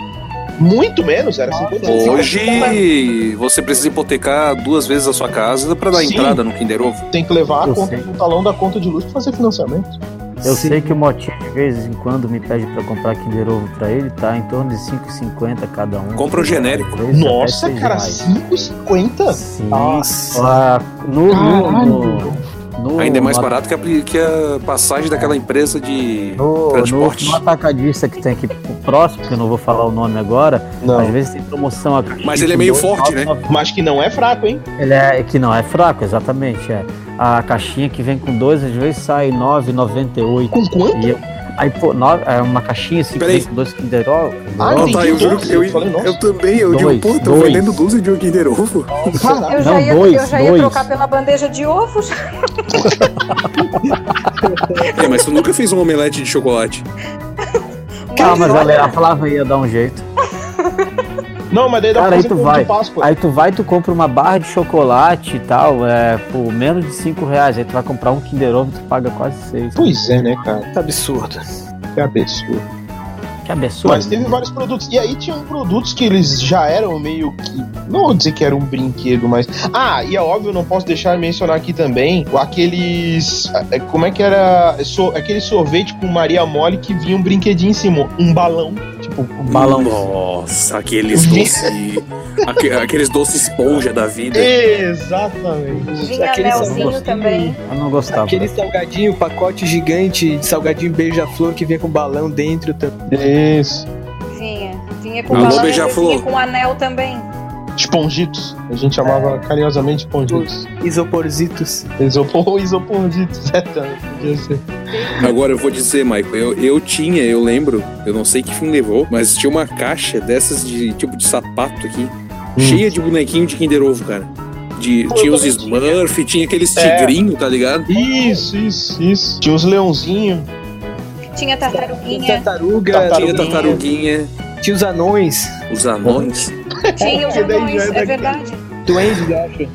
Speaker 2: Muito menos, era 50
Speaker 3: Hoje você precisa hipotecar duas vezes a sua casa pra dar
Speaker 2: Sim.
Speaker 3: entrada no Kinder Ovo.
Speaker 2: Tem que levar a
Speaker 4: Eu
Speaker 2: conta
Speaker 4: sei.
Speaker 2: do talão da conta de luz pra fazer financiamento.
Speaker 4: Eu
Speaker 6: Sim.
Speaker 4: sei que o Motinha de vez em quando me pede pra comprar Kinder Ovo pra ele, tá em torno de 5,50 cada um.
Speaker 3: Compra um genérico.
Speaker 4: Três, até
Speaker 2: Nossa,
Speaker 4: seis
Speaker 2: cara,
Speaker 4: reais.
Speaker 2: 5,50?
Speaker 4: Sim.
Speaker 6: Nossa.
Speaker 4: Ah, no, no,
Speaker 2: Caralho.
Speaker 4: no- no-
Speaker 3: Ainda é mais
Speaker 4: no-
Speaker 3: barato que a, pri- que a passagem daquela empresa de.
Speaker 4: No,
Speaker 3: Transporte.
Speaker 4: no- no atacadista que tem aqui próximo, que eu não vou falar o nome agora, às
Speaker 2: Não.
Speaker 4: vezes tem promoção a
Speaker 3: Mas ele é meio forte, né?
Speaker 2: Mas que não é fraco, hein?
Speaker 4: Ele é que não é fraco, exatamente. É. A caixinha que vem com dois, às vezes sai 9,98.
Speaker 2: Com quanto?
Speaker 4: E eu- aí, pô, no- é uma caixinha assim que
Speaker 3: Peraí.
Speaker 4: vem com dois Kinder Ovo.
Speaker 2: Ah,
Speaker 3: Não,
Speaker 2: entendi.
Speaker 3: tá, eu juro
Speaker 2: doze,
Speaker 3: que eu,
Speaker 2: eu falei, nossa.
Speaker 3: eu também, eu
Speaker 4: Dois,
Speaker 3: digo, pô, tô
Speaker 4: dois.
Speaker 3: vendendo 12 de um Kinder Ovo.
Speaker 2: Caralho.
Speaker 1: Eu já
Speaker 4: Não,
Speaker 1: ia,
Speaker 4: dois,
Speaker 1: eu já ia
Speaker 4: dois.
Speaker 1: trocar pela bandeja de ovo. já.
Speaker 3: É, mas tu nunca fez um omelete de chocolate.
Speaker 4: Ah, mas
Speaker 1: olha,
Speaker 4: galera, a Flávia ia dar um jeito.
Speaker 2: Não, mas daí dá
Speaker 4: Cara,
Speaker 2: pra
Speaker 4: aí
Speaker 2: fazer
Speaker 4: tu
Speaker 2: com um
Speaker 4: vai.
Speaker 2: Páscoa.
Speaker 4: Aí tu vai, tu compra uma barra de chocolate e tal, é, por menos de 5 reais. Aí tu vai comprar um Kinder Ovo, tu paga quase 6.
Speaker 2: Pois é, né, cara?
Speaker 6: tá Absurdo.
Speaker 2: Que absurdo.
Speaker 4: Que absurdo.
Speaker 2: Mas teve vários produtos. E aí tinham produtos que eles já eram meio que. Não vou dizer que era um brinquedo, mas. Ah, e é óbvio, não posso deixar de mencionar aqui também aqueles. é, Como é que era? So- Aquele sorvete com Maria Mole que vinha um brinquedinho em cima. Um balão. Tipo, um
Speaker 4: Balão.
Speaker 3: Nossa, aqueles doces. aque- aqueles doces esponja da vida.
Speaker 2: Exatamente.
Speaker 1: Vinha
Speaker 6: Aquele
Speaker 1: anelzinho
Speaker 4: salgadinho.
Speaker 1: também.
Speaker 4: Eu não gostava.
Speaker 6: Aquele salgadinho, pacote gigante de salgadinho beija-flor que vinha com balão dentro também.
Speaker 2: Isso.
Speaker 1: Vinha. Vinha com
Speaker 3: Alô,
Speaker 1: balão,
Speaker 3: beija-flor.
Speaker 1: vinha com anel também.
Speaker 2: Esponjitos. A gente chamava carinhosamente esponjitos.
Speaker 6: Isoporzitos.
Speaker 2: Isopor ou isoporjitos. É, também podia ser.
Speaker 3: Agora eu vou dizer, Michael, eu, eu tinha, eu lembro, eu não sei que fim levou, mas tinha uma caixa dessas de tipo de sapato aqui, cheia de bonequinho de Kinder Ovo, cara. De,
Speaker 2: Pô,
Speaker 3: tinha
Speaker 2: eu
Speaker 3: os
Speaker 2: também tinha.
Speaker 3: Smurf, tinha aqueles
Speaker 2: É.
Speaker 3: tigrinho, tá ligado?
Speaker 2: Isso, isso, isso. Tinha uns leãozinhos.
Speaker 1: Tinha tartaruguinha.
Speaker 6: Tartaruga,
Speaker 3: Tinha
Speaker 2: Tartaruga.
Speaker 3: tartaruguinha,
Speaker 6: tinha os anões.
Speaker 3: os anões.
Speaker 1: Tinha os
Speaker 2: Esse daí
Speaker 1: anões,
Speaker 2: já é
Speaker 1: é
Speaker 2: daquele.
Speaker 1: verdade.
Speaker 6: Duende, eu acho. Era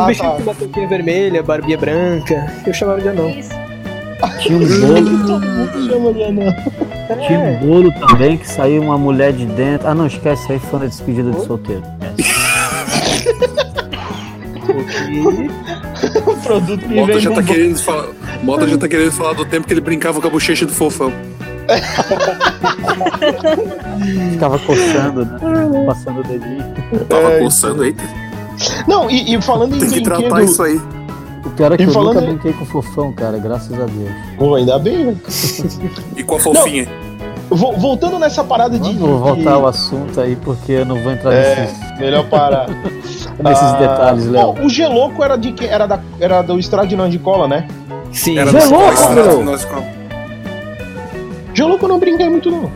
Speaker 2: Ah,
Speaker 6: um bichinho
Speaker 2: tá.
Speaker 6: com uma touquinha vermelha, barbinha branca. Eu chamava de anão.
Speaker 1: Isso.
Speaker 4: Tinha um bolo,
Speaker 2: Chama de anão.
Speaker 4: tinha um bolo também que saiu uma mulher de dentro. Ah, não, esquece, aí foi na despedida de solteiro.
Speaker 6: Porque-
Speaker 2: O produto que
Speaker 3: Mota
Speaker 2: vem
Speaker 3: já
Speaker 2: com
Speaker 7: tá
Speaker 3: tá querendo falar. Mota já tá querendo falar do tempo que ele brincava com a bochecha do fofão.
Speaker 4: Ficava coçando, né?
Speaker 2: Ah, é.
Speaker 4: Passando o dedinho.
Speaker 7: Tava coçando, eita.
Speaker 2: Não, e, e falando em
Speaker 7: Tem que tratar
Speaker 2: brinquedo.
Speaker 7: isso aí.
Speaker 4: O pior é que
Speaker 2: E
Speaker 4: eu
Speaker 2: falando-
Speaker 4: nunca brinquei com fofão, cara, graças a Deus.
Speaker 2: Pô, ainda bem, né?
Speaker 3: E com a fofinha.
Speaker 2: Vo- voltando nessa parada de.
Speaker 4: Vamos voltar
Speaker 2: de-
Speaker 4: ao assunto aí, porque eu não vou entrar
Speaker 2: É,
Speaker 4: nesses,
Speaker 2: melhor parar.
Speaker 4: nesses
Speaker 2: Ah,
Speaker 4: detalhes, Léo.
Speaker 2: bom, o Geloco era de que era da era do Estradinão de cola, né?
Speaker 6: Sim,
Speaker 3: Era
Speaker 4: Você é
Speaker 3: nosso
Speaker 4: louco,
Speaker 3: pais, era
Speaker 4: meu?
Speaker 3: do nosso qual-
Speaker 2: Geloco eu não brinquei muito não.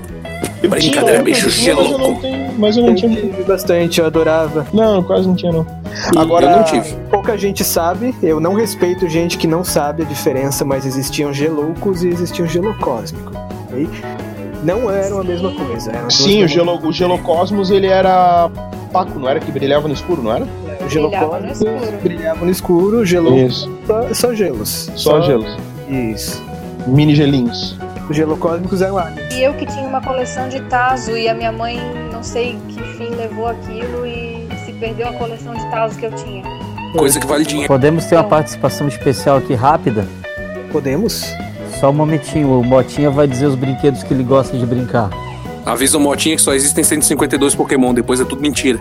Speaker 2: Eu
Speaker 7: Brincadeira,
Speaker 2: tinha,
Speaker 7: bicho,
Speaker 2: mas eu
Speaker 7: Geloco.
Speaker 2: não tenho- Mas eu
Speaker 6: eu
Speaker 2: não tinha.
Speaker 6: tive bastante, eu adorava.
Speaker 2: Não, quase não tinha não.
Speaker 6: E
Speaker 3: eu não tive.
Speaker 6: pouca gente sabe, eu não respeito gente que não sabe a diferença, mas existiam geloucos e existiam gelo cósmico. ok? Não eram a mesma coisa. Eram duas
Speaker 2: Sim, o
Speaker 6: mesmas-
Speaker 2: gelo, o Gelocosmos ele era Paco, não era que brilhava no escuro, não era?
Speaker 6: O gelo
Speaker 1: Brilhava no
Speaker 6: cósmico
Speaker 1: escuro.
Speaker 6: brilhava no escuro, gelo
Speaker 2: Isso,
Speaker 6: só, só gelos.
Speaker 2: só gelos.
Speaker 6: Isso.
Speaker 2: Mini gelinhos.
Speaker 6: Os gelo cósmicos eram aliens.
Speaker 1: E eu que tinha uma coleção de Tazo e a minha mãe, não sei que fim, levou aquilo e se perdeu a coleção de Tazo que eu tinha.
Speaker 3: Coisa que vale dinheiro.
Speaker 4: Podemos ter uma participação especial aqui rápida?
Speaker 6: Podemos?
Speaker 4: Só um momentinho, o Motinha vai dizer os brinquedos que ele gosta de brincar.
Speaker 3: Avisa o Motinha que só existem 152 Pokémon, depois é tudo mentira.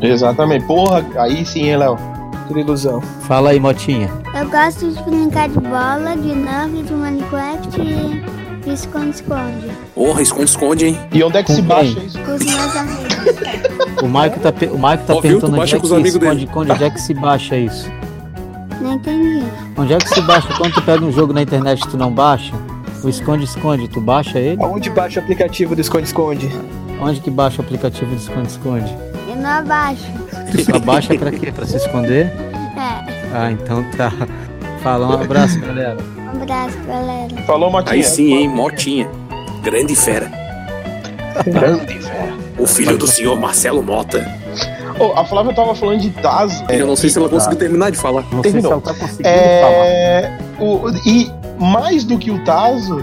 Speaker 2: Exatamente. Porra, aí sim, hein, Léo?
Speaker 6: Por ilusão.
Speaker 4: Fala aí, Motinha.
Speaker 8: Eu gosto de brincar de bola, de nugget, de Minecraft e de esconde-esconde.
Speaker 3: Porra, esconde-esconde, hein?
Speaker 2: E onde é que
Speaker 4: Com
Speaker 2: se
Speaker 4: quem?
Speaker 2: baixa isso?
Speaker 8: Com os meus amigos.
Speaker 4: O Maico tá, pe- o Maico tá
Speaker 3: Ó, viu? Tu
Speaker 4: perguntando onde é
Speaker 3: baixa
Speaker 4: que
Speaker 3: com os amigos dele.
Speaker 4: esconde, esconde, onde é que se baixa isso?
Speaker 8: Não entendi.
Speaker 4: Onde é que se baixa? Quando tu pega um jogo na internet e tu não baixa? O esconde-esconde, tu baixa ele?
Speaker 6: Aonde baixa o aplicativo do esconde-esconde?
Speaker 4: Onde que baixa o aplicativo de esconde-esconde?
Speaker 8: Eu não abaixo.
Speaker 4: Tu só baixa pra quê? Pra se esconder?
Speaker 8: É.
Speaker 4: Ah, então tá. Fala, um abraço, galera.
Speaker 8: Um abraço, galera.
Speaker 2: Falou, Matinha.
Speaker 3: Aí sim, hein? Motinha. Grande fera.
Speaker 2: Grande, velho.
Speaker 3: O filho do senhor Marcelo Mota.
Speaker 2: Ô, a Flávia tava falando de Tá. Tazo.
Speaker 3: eu não sei se ela conseguiu terminar de falar.
Speaker 4: Não sei se
Speaker 2: Terminou.
Speaker 4: ela tá conseguindo falar.
Speaker 2: É. O, e mais do que o Tazo,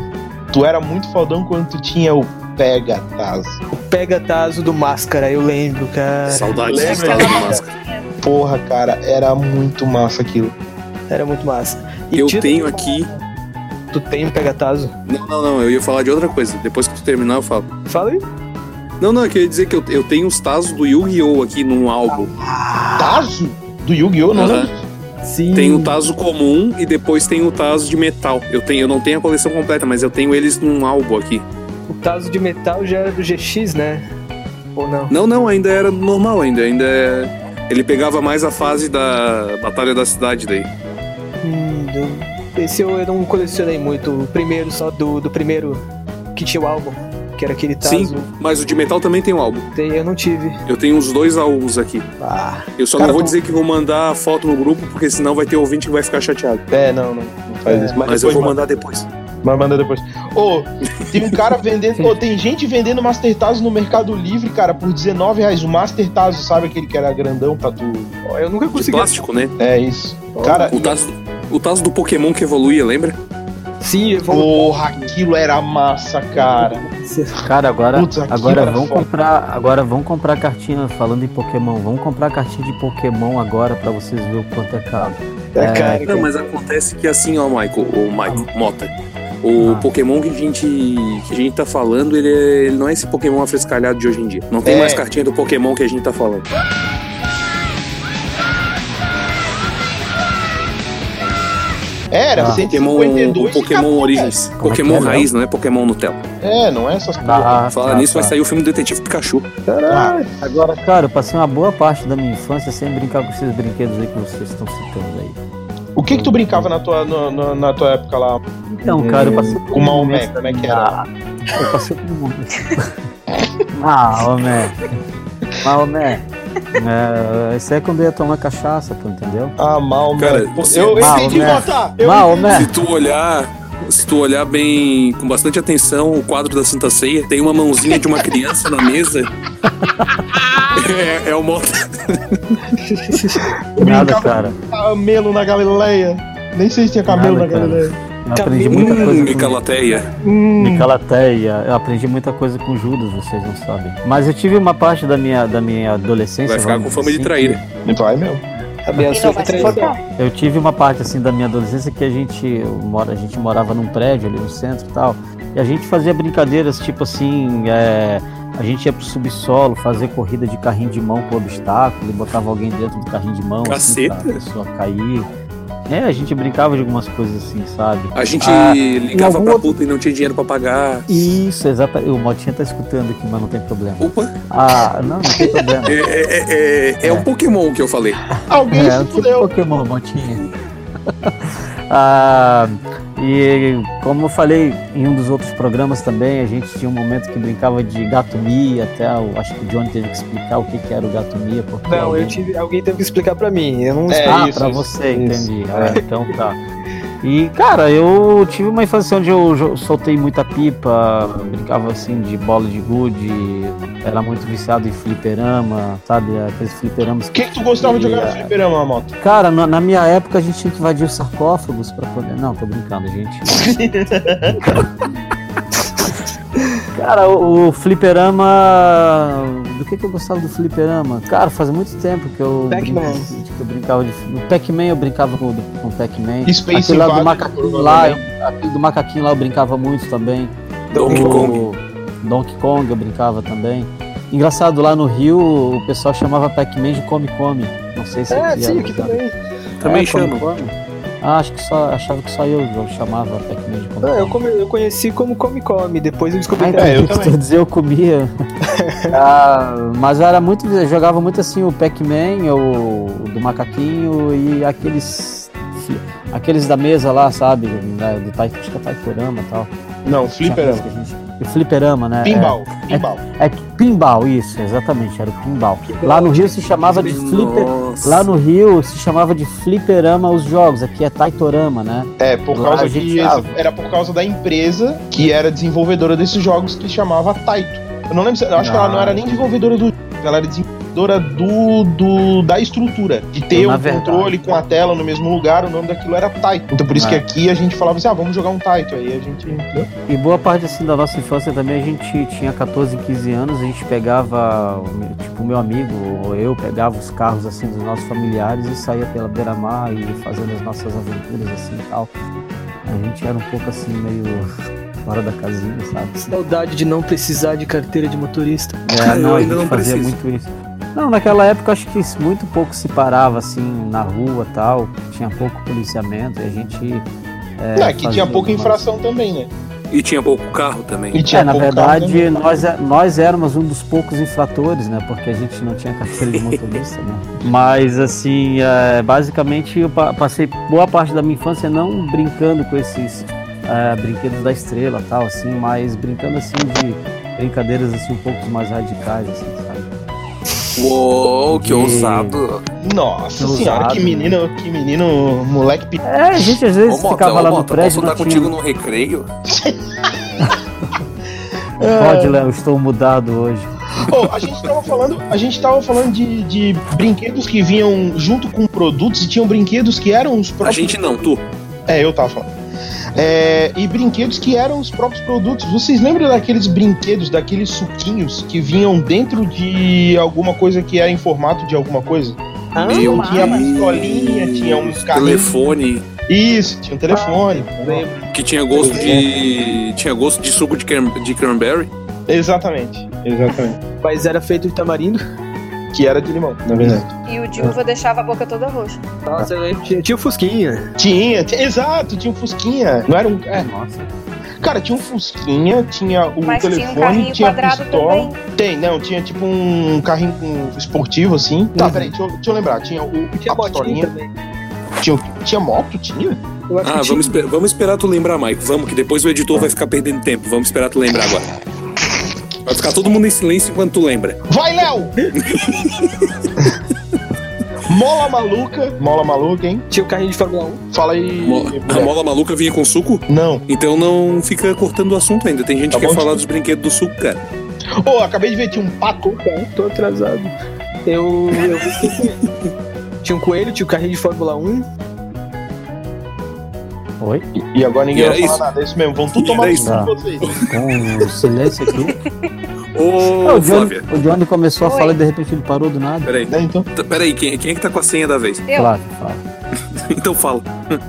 Speaker 2: tu era muito fodão quando tu tinha o Pega Tazo.
Speaker 6: Pega Tazo do Máscara, eu lembro, cara.
Speaker 3: Saudades
Speaker 2: Lembra?
Speaker 3: dos caras do máscara.
Speaker 2: Porra, cara, era muito massa aquilo.
Speaker 6: Era muito massa. E
Speaker 3: Eu
Speaker 6: Tito,
Speaker 3: tenho aqui.
Speaker 6: Tu tem um Pega Tazo?
Speaker 3: Não, não, não. Eu ia falar de outra coisa. Depois que tu terminar, eu falo.
Speaker 6: Fala aí.
Speaker 3: Não, não, eu queria dizer que eu, eu tenho os tazos do Yu-Gi-Oh! aqui num álbum. Ah.
Speaker 2: Tazo? Do Yu-Gi-Oh! Não,
Speaker 3: Aham.
Speaker 2: lembro.
Speaker 6: Sim.
Speaker 3: Tem o taso comum e depois tem o taso de metal. Eu tenho, eu não tenho a coleção completa, mas eu tenho eles num álbum aqui.
Speaker 6: O Tazo de metal já era do GX, né? Ou não?
Speaker 3: Não, não, ainda era normal, ainda, ainda é- ele pegava mais a fase da Batalha da Cidade daí.
Speaker 6: Hum, do- Esse eu, eu não colecionei muito. O primeiro, só do, do primeiro que tinha o álbum. Que era aquele Tazo.
Speaker 3: Sim. Mas o de metal também tem um álbum.
Speaker 6: Tem- Eu não tive.
Speaker 3: Eu tenho os dois álbuns aqui.
Speaker 6: Ah,
Speaker 3: Eu só
Speaker 6: Cara,
Speaker 3: não vou
Speaker 6: bom.
Speaker 3: dizer que vou mandar a foto no grupo, porque senão vai ter ouvinte que vai ficar chateado.
Speaker 2: É, não, não, não faz isso. Mas,
Speaker 3: Mas eu
Speaker 2: depois
Speaker 3: vou
Speaker 2: manda,
Speaker 3: mandar depois.
Speaker 2: mas manda depois. Ô, tem um cara vendendo. Ô, tem gente vendendo Master Tazo no Mercado Livre, cara, por 19 reais. O Master Tazo, sabe aquele que era grandão pra tu.
Speaker 6: eu nunca
Speaker 3: De
Speaker 6: consegui.
Speaker 3: plástico, né?
Speaker 2: É isso. Cara,
Speaker 3: O taso, o taso do Pokémon que evoluía, lembra?
Speaker 6: Sim, eu vou.
Speaker 2: porra, aquilo era massa, cara.
Speaker 4: Cara, agora,
Speaker 2: Putz, aqui
Speaker 4: agora
Speaker 2: era
Speaker 4: vão
Speaker 2: foda.
Speaker 4: comprar, agora vão comprar cartinha falando em Pokémon, vão comprar cartinha de Pokémon agora pra vocês verem o quanto é caro.
Speaker 6: É, cara,
Speaker 3: Não, mas acontece que assim, ó, Michael, o Michael Mota. O
Speaker 4: Ah.
Speaker 3: Pokémon que a gente, que a gente tá falando, ele, é- ele não é esse Pokémon afrescalhado de hoje em dia. Não tem
Speaker 2: É.
Speaker 3: mais cartinha do Pokémon que a gente tá falando.
Speaker 2: Era,
Speaker 4: Ah.
Speaker 3: Pokémon,
Speaker 2: 152
Speaker 3: o Pokémon
Speaker 2: acabou,
Speaker 3: Origins.
Speaker 4: Como é que
Speaker 3: Pokémon
Speaker 4: é,
Speaker 3: Raiz, não é Pokémon Nutella.
Speaker 2: cara. É, não é essas
Speaker 4: Ah, Tá,
Speaker 2: coisas.
Speaker 3: Falar nisso, vai sair o filme do Detetive Pikachu.
Speaker 2: Caralho.
Speaker 4: Agora, cara, eu passei uma boa parte da minha infância sem brincar com esses brinquedos aí que vocês estão citando aí.
Speaker 2: O que que tu brincava na tua, na, na- na tua época lá?
Speaker 4: Então, cara, eu passei por Ah.
Speaker 2: Com uma
Speaker 4: momento
Speaker 2: Omega,
Speaker 4: da
Speaker 2: como é que
Speaker 4: minha-
Speaker 2: era?
Speaker 4: Eu passei por um momento. ah, Omé. Ah, Omé. É, isso é quando eu ia tomar cachaça, tu entendeu?
Speaker 2: Ah, mal,
Speaker 3: Cara,
Speaker 2: mano. Pô,
Speaker 3: sim.
Speaker 2: Eu, eu
Speaker 4: Mal,
Speaker 2: entendi
Speaker 4: né?
Speaker 2: botar. Eu
Speaker 4: Ah, Omé.
Speaker 3: Se tu olhar. Se tu olhar bem, com bastante atenção, o quadro da Santa Ceia, tem uma mãozinha de uma criança na mesa. É, é o Mota.
Speaker 4: Nada,
Speaker 2: brincava-
Speaker 4: cara.
Speaker 2: camelo na Galileia. Nem sei se tinha camelo
Speaker 4: Nada,
Speaker 2: na
Speaker 4: cara.
Speaker 2: Galileia.
Speaker 4: Eu aprendi muita
Speaker 3: Hum,
Speaker 4: coisa
Speaker 3: Micalateia.
Speaker 4: com Micalateia. Eu aprendi muita coisa com Judas, vocês não sabem. Mas eu tive uma parte da minha, da minha adolescência.
Speaker 3: Vai ficar
Speaker 4: vamos
Speaker 3: com
Speaker 4: dizer
Speaker 3: fama de
Speaker 4: assim,
Speaker 3: traíra.
Speaker 2: Vai mesmo. É
Speaker 1: E não vai se focar.
Speaker 4: Eu tive uma parte assim da minha adolescência que a gente, eu mora- a gente morava num prédio ali no centro e tal. E a gente fazia brincadeiras tipo assim. é, a gente ia pro subsolo fazer corrida de carrinho de mão com obstáculo e botava alguém dentro do carrinho de mão assim, pra
Speaker 3: Caceta.
Speaker 4: pessoa cair. É, a gente brincava de algumas coisas assim, sabe?
Speaker 3: A gente
Speaker 4: Ah,
Speaker 3: ligava
Speaker 4: algum
Speaker 3: pra
Speaker 4: outro-
Speaker 3: puta e não tinha dinheiro pra pagar.
Speaker 4: Isso, exatamente. O Motinha tá escutando aqui, mas não tem problema.
Speaker 3: Opa,
Speaker 4: Ah, não, não tem problema.
Speaker 3: é, é, é, é, é um Pokémon que eu falei.
Speaker 2: Alguém
Speaker 4: É,
Speaker 2: se
Speaker 4: tipo
Speaker 2: fudeu.
Speaker 4: Pokémon, botinha. Ah, e como eu falei em um dos outros programas também, a gente tinha um momento que brincava de gato mia, até o, acho que o Johnny teve que explicar o que, que era o gato mia. Porque
Speaker 6: Não, eu
Speaker 4: alguém-
Speaker 6: tive, alguém teve que explicar pra mim. Eu não
Speaker 2: É,
Speaker 4: ah,
Speaker 2: isso,
Speaker 4: pra
Speaker 2: isso, É.
Speaker 4: você,
Speaker 6: isso.
Speaker 4: entendi. Ah, então tá. E, cara, eu tive uma infância onde eu jo- soltei muita pipa, brincava assim de bola de gude, era muito viciado em fliperama, sabe? Aqueles fliperamas
Speaker 2: O que, que tu gostava de jogar no
Speaker 4: Yeah.
Speaker 2: fliperama, moto?
Speaker 4: Cara, na, na minha época a gente tinha que invadir os sarcófagos pra poder. Não, tô brincando, gente. Cara, o, o fliperama. Do que, que eu gostava do fliperama? Cara, faz muito tempo que eu.
Speaker 6: Pac-Man.
Speaker 4: brin- Que eu brincava de. No Pac-Man eu brincava com, com o Pac-Man.
Speaker 2: Space
Speaker 4: Aquele lá do
Speaker 2: Invaders,
Speaker 4: macaquinho lá,
Speaker 6: né?
Speaker 4: eu- aquele do macaquinho lá eu brincava muito também.
Speaker 3: Donkey
Speaker 4: O-
Speaker 3: Kong.
Speaker 4: Donkey Kong eu brincava também. Engraçado, lá no Rio o pessoal chamava Pac-Man de Come Come. Não sei se
Speaker 6: É,
Speaker 4: aqui
Speaker 6: sim,
Speaker 4: era
Speaker 6: aqui
Speaker 4: usado.
Speaker 6: também.
Speaker 3: Também
Speaker 2: É,
Speaker 4: Come
Speaker 3: chama.
Speaker 4: Come? Ah, acho que só, achava que só eu, eu chamava
Speaker 2: É,
Speaker 4: Pac-Man de Come
Speaker 6: Ah, eu,
Speaker 4: Come.
Speaker 6: come- eu conheci como Come Come, depois eu descobri
Speaker 4: Ah,
Speaker 6: que
Speaker 4: então,
Speaker 2: É, eu
Speaker 4: eu
Speaker 2: também.
Speaker 4: quer dizer, eu comia. Ah, mas era muito. Eu jogava muito assim o Pac-Man, o, o do macaquinho e aqueles. Aqueles da mesa lá, sabe? Da- Do Tai- acho que é Taikorama e tal.
Speaker 2: Não,
Speaker 4: Tinha
Speaker 2: fliperama.
Speaker 4: coisa que a gente- O fliperama, né? É.
Speaker 2: Pinball, pinball.
Speaker 4: É pinball, isso, exatamente, era o pinball. Lá no Rio se chamava de flipper.
Speaker 3: Nossa.
Speaker 4: Lá no Rio se chamava de fliperama os jogos, aqui é Taitorama, né?
Speaker 2: É, por
Speaker 4: Lá
Speaker 2: causa
Speaker 4: a gente
Speaker 2: que essa-
Speaker 4: tava.
Speaker 2: era por causa da empresa que era desenvolvedora desses jogos que chamava Taito. Eu não lembro, se- eu acho que ela não
Speaker 4: Ah.
Speaker 2: era nem desenvolvedora do jogo, ela era desenvolvedora do, do da estrutura, de ter
Speaker 4: Na
Speaker 2: um
Speaker 4: verdade.
Speaker 2: controle com a tela no mesmo lugar, o nome daquilo era Taito. Então por isso
Speaker 4: Ah.
Speaker 2: que aqui a gente falava assim: "Ah, vamos jogar um Taito". Aí a gente
Speaker 4: E boa parte assim da nossa infância também a gente tinha 14, 15 anos, a gente pegava, o meu- tipo, o meu amigo ou eu pegava os carros assim dos nossos familiares e saía pela beira-mar e fazendo as nossas aventuras assim e tal. A gente era um pouco assim meio fora da casinha, sabe?
Speaker 6: saudade de não precisar de carteira de motorista.
Speaker 4: É,
Speaker 3: Eu
Speaker 4: não, a
Speaker 3: ainda
Speaker 4: gente
Speaker 3: não
Speaker 4: fazia
Speaker 3: preciso.
Speaker 4: muito isso. Não, naquela época acho que isso muito pouco se parava assim na rua tal, tinha pouco policiamento e a gente. É,
Speaker 2: Não, aqui
Speaker 4: fazia
Speaker 2: tinha pouca
Speaker 4: algumas-
Speaker 2: infração também, né?
Speaker 3: E tinha pouco carro também.
Speaker 2: E tinha
Speaker 4: é, na
Speaker 2: pouco carro
Speaker 4: verdade,
Speaker 2: também.
Speaker 3: né?
Speaker 4: nós, é- nós éramos um dos poucos infratores, né? Porque a gente não tinha carteira de motorista, né? Mas, assim, é, basicamente eu pa- passei boa parte da minha infância não brincando com esses é, brinquedos da estrela tal, assim, mas brincando, assim, de brincadeiras, assim, um pouco mais radicais, assim, sabe?
Speaker 3: Uou, que
Speaker 4: E-
Speaker 3: ousado.
Speaker 2: Nossa
Speaker 4: Usado,
Speaker 2: senhora, que
Speaker 4: né?
Speaker 2: menino, que menino, moleque pe-
Speaker 4: É, a gente às
Speaker 3: Ô,
Speaker 4: vezes
Speaker 3: Mota,
Speaker 4: ficava
Speaker 3: ô,
Speaker 4: lá no
Speaker 3: Mota, posso
Speaker 4: prédio, não
Speaker 3: andar
Speaker 4: tinha...
Speaker 3: contigo no recreio? É.
Speaker 4: Pode, Léo, um né? eu estou mudado hoje.
Speaker 2: Pô, a gente tava falando, a gente tava falando de, de brinquedos que vinham junto com produtos e tinham brinquedos que eram os
Speaker 3: A
Speaker 2: próprios.
Speaker 3: gente não, tu.
Speaker 2: É, eu tava falando. É, e brinquedos que eram os próprios produtos. Vocês lembram daqueles brinquedos, daqueles suquinhos que vinham dentro de alguma coisa que era em formato de alguma coisa?
Speaker 3: Meu
Speaker 2: tinha uma
Speaker 3: Deus.
Speaker 2: escolinha, tinha uns carrinhos.
Speaker 3: Telefone
Speaker 2: Isso, tinha um telefone. lembro.
Speaker 3: que tinha gosto de. Tinha gosto de suco de, cran- de cranberry.
Speaker 2: Exatamente, exatamente.
Speaker 6: Mas era feito de tamarindo.
Speaker 2: Que era de limão, na verdade.
Speaker 1: E o de
Speaker 2: Ah.
Speaker 1: uva deixava a boca toda roxa.
Speaker 6: Nossa, eu lembro. Tinha, tinha o Fusquinha.
Speaker 2: Tinha, tinha- exato, tinha um Fusquinha. Não era um. é,
Speaker 4: Nossa.
Speaker 2: Cara, tinha um Fusquinha, tinha o
Speaker 1: Mas tinha um
Speaker 2: telefone,
Speaker 1: carrinho
Speaker 2: tinha, a
Speaker 1: quadrado
Speaker 2: pistola.
Speaker 1: também.
Speaker 2: Tem, não, tinha tipo um carrinho com- esportivo assim. Tá, peraí, deixa eu, deixa eu lembrar. Tinha o
Speaker 6: Tinha
Speaker 2: a
Speaker 6: botinha
Speaker 2: pistolinha.
Speaker 6: também.
Speaker 2: Tinha, tinha moto? Tinha?
Speaker 6: Eu acho
Speaker 3: Ah,
Speaker 6: que tinha.
Speaker 3: vamos, esper- vamos esperar tu lembrar, Mike. Vamos, que depois o editor vai ficar perdendo tempo. Vamos esperar tu lembrar agora. Vai ficar todo mundo em silêncio enquanto tu lembra.
Speaker 2: Vai, Léo! Mola maluca. Mola maluca, hein?
Speaker 6: Tinha o carrinho de Fórmula 1.
Speaker 2: Fala aí.
Speaker 3: Mo- A
Speaker 2: mulher.
Speaker 3: mola maluca vinha com suco,
Speaker 2: Não.
Speaker 3: então não fica cortando o assunto ainda. Tem gente
Speaker 2: Tá
Speaker 3: que quer
Speaker 2: bom,
Speaker 3: falar dos brinquedos do suco, cara.
Speaker 2: Ô, acabei de ver, tinha um pato.
Speaker 6: Tá, tô atrasado. Eu. eu vi que- tinha um coelho, tinha o carrinho de Fórmula 1.
Speaker 4: Oi?
Speaker 2: E agora ninguém
Speaker 3: E
Speaker 2: vai
Speaker 3: era
Speaker 2: falar nada. É isso mesmo. Vão tudo
Speaker 3: E
Speaker 2: tomar
Speaker 3: era
Speaker 2: no
Speaker 3: isso.
Speaker 2: cu de vocês.
Speaker 4: Com o silêncio aqui.
Speaker 3: Ô,
Speaker 4: o, Johnny,
Speaker 3: Flávia.
Speaker 4: o Johnny começou a
Speaker 1: Oi.
Speaker 4: falar e de repente ele parou do nada.
Speaker 3: Peraí.
Speaker 2: Né, então?
Speaker 3: T- Peraí, quem, quem é que tá com a senha da vez?
Speaker 1: Eu,
Speaker 4: Flávio, Flávio.
Speaker 3: Então fala.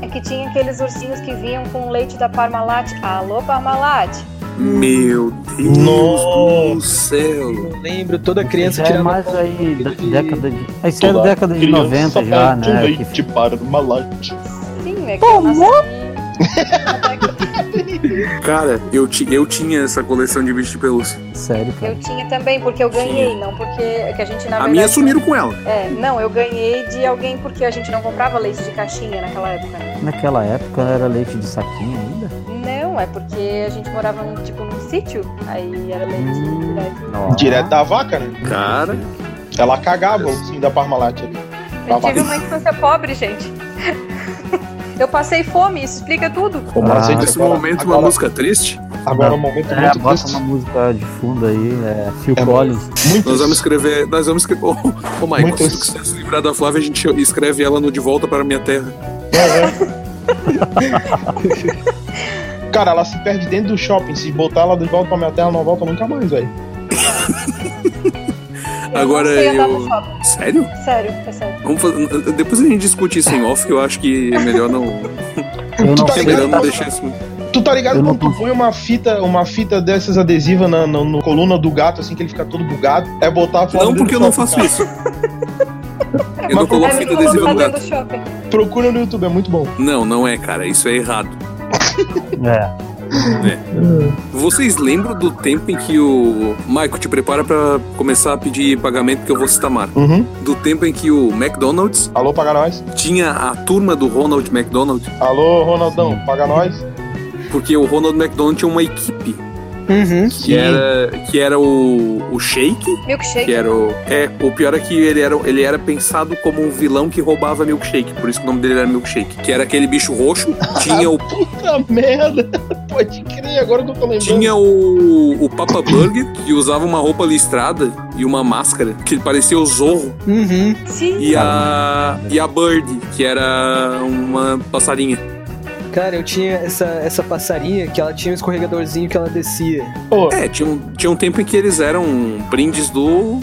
Speaker 1: é que tinha aqueles ursinhos que vinham com leite da Parmalat. Alô, Parmalat!
Speaker 3: Meu Deus do céu.
Speaker 6: Eu lembro toda criança
Speaker 4: já é
Speaker 6: tirando
Speaker 4: mais
Speaker 6: foto
Speaker 4: aí da
Speaker 6: de-
Speaker 4: década de. Isso é da década de 90 já, né? que
Speaker 2: um Leite para uma latte.
Speaker 1: Sim, é que eu nasci...
Speaker 3: Cara, eu, ti- eu tinha essa coleção de bicho de pelúcia.
Speaker 4: Sério, cara.
Speaker 1: Eu tinha também, porque eu ganhei, não porque é que a gente na
Speaker 3: A
Speaker 1: verdade,
Speaker 3: minha sumiram com ela.
Speaker 1: É, não, eu ganhei de alguém porque a gente não comprava leite de caixinha naquela época.
Speaker 4: Naquela época era leite de saquinho ainda.
Speaker 1: Não, é porque a gente morava num, tipo num sítio, aí era leite
Speaker 4: Hum.
Speaker 1: direto.
Speaker 4: Nossa.
Speaker 2: Direto da vaca, né?
Speaker 3: Cara,
Speaker 2: Ela cagava o sim da Parmalat ali. Da
Speaker 1: Eu tive uma
Speaker 2: vaca.
Speaker 1: infância pobre, gente. Eu passei fome, isso explica tudo.
Speaker 2: Pô, mas
Speaker 4: Ah,
Speaker 2: aceita
Speaker 3: nesse
Speaker 2: agora-
Speaker 3: momento, uma
Speaker 2: agora-
Speaker 3: música triste.
Speaker 2: Agora é um momento
Speaker 4: É,
Speaker 2: muito
Speaker 4: bota
Speaker 2: triste.
Speaker 4: uma música de fundo aí, é Phil
Speaker 2: É,
Speaker 4: Collins.
Speaker 2: Muito
Speaker 3: Nós vamos
Speaker 2: triste.
Speaker 3: escrever. Nós vamos escrever. Oh, Ô, ô, Michael,
Speaker 2: Muito
Speaker 3: se tu quiser se livrar da Flávia, a gente escreve ela no De Volta para a Minha Terra.
Speaker 2: É, Cara, ela se perde dentro do shopping. Se botar ela de volta pra minha terra, ela não volta nunca mais, velho.
Speaker 1: Eu
Speaker 3: Agora
Speaker 1: não sei andar
Speaker 3: eu-
Speaker 1: no shopping.
Speaker 3: Sério?
Speaker 1: Sério, é sério.
Speaker 3: Vamos fazer- Depois a gente discute isso em off, que eu acho que é melhor não.
Speaker 4: Eu
Speaker 2: Tu
Speaker 4: não
Speaker 2: tá
Speaker 3: É
Speaker 4: sei.
Speaker 3: melhor
Speaker 2: ligado?
Speaker 3: não deixar isso.
Speaker 2: Tu tá ligado
Speaker 4: Eu não
Speaker 2: quando tu põe uma fita, uma fita dessas adesivas na, na, na coluna do gato, assim, que ele fica todo bugado? É botar a Flávia
Speaker 3: Não,
Speaker 2: dentro do
Speaker 3: porque eu não
Speaker 2: shopping,
Speaker 3: faço
Speaker 2: cara.
Speaker 3: isso. é, Eu não
Speaker 1: Aí
Speaker 3: coloco
Speaker 1: me
Speaker 3: fita
Speaker 1: colocou
Speaker 3: adesiva
Speaker 1: pra
Speaker 3: no
Speaker 1: dentro
Speaker 3: gato.
Speaker 1: do shopping.
Speaker 2: Procura no YouTube, é muito bom.
Speaker 3: Não, não é, cara. Isso é errado.
Speaker 4: É.
Speaker 3: Vocês lembram do tempo em que o. Michael, te prepara pra começar a pedir pagamento que eu vou citar marca.
Speaker 2: Uhum.
Speaker 3: Do tempo em que o McDonald's
Speaker 2: Alô, paga nós.
Speaker 3: tinha a turma do Ronald McDonald,
Speaker 2: Alô, Ronaldão, paga nós.
Speaker 3: porque o Ronald McDonald tinha uma equipe
Speaker 6: Uhum.
Speaker 3: que era, que era o, o Shake, que
Speaker 1: Milkshake.
Speaker 3: era o. É, o pior é que ele era, ele era pensado como um vilão que roubava milkshake, por isso que o nome dele era Milkshake, que era aquele bicho roxo, tinha o,
Speaker 2: Puta merda. Pode crer, agora que eu tô lembrando.
Speaker 3: tinha o, o Papa Burger, que usava uma roupa listrada e uma máscara, que ele parecia o Zorro.
Speaker 6: Uhum.
Speaker 3: é.
Speaker 1: Sim.
Speaker 3: E a, e a Bird, que era uma passarinha.
Speaker 6: Cara, eu tinha essa, essa passarinha que ela tinha um escorregadorzinho que ela descia.
Speaker 2: Pô,
Speaker 3: É, tinha um, tinha um tempo em que eles eram brindes do.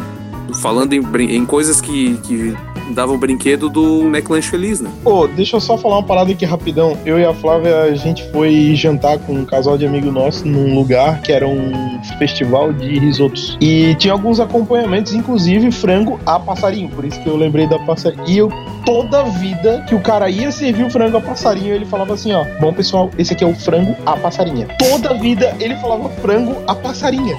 Speaker 3: Falando em, brin- em coisas que, que davam brinquedo do McLanche Feliz, né?
Speaker 2: Ô, deixa eu só falar uma parada aqui rapidão. Eu e a Flávia, a gente foi jantar com um casal de amigo nosso num lugar que era um festival de risotos. E tinha alguns acompanhamentos, inclusive frango a passarinho. Por isso que eu lembrei da passarinho. E eu, toda vida que o cara ia servir o frango a passarinho, ele falava assim, ó. Bom, pessoal, esse aqui é o frango a passarinha. Toda vida ele falava frango a passarinha.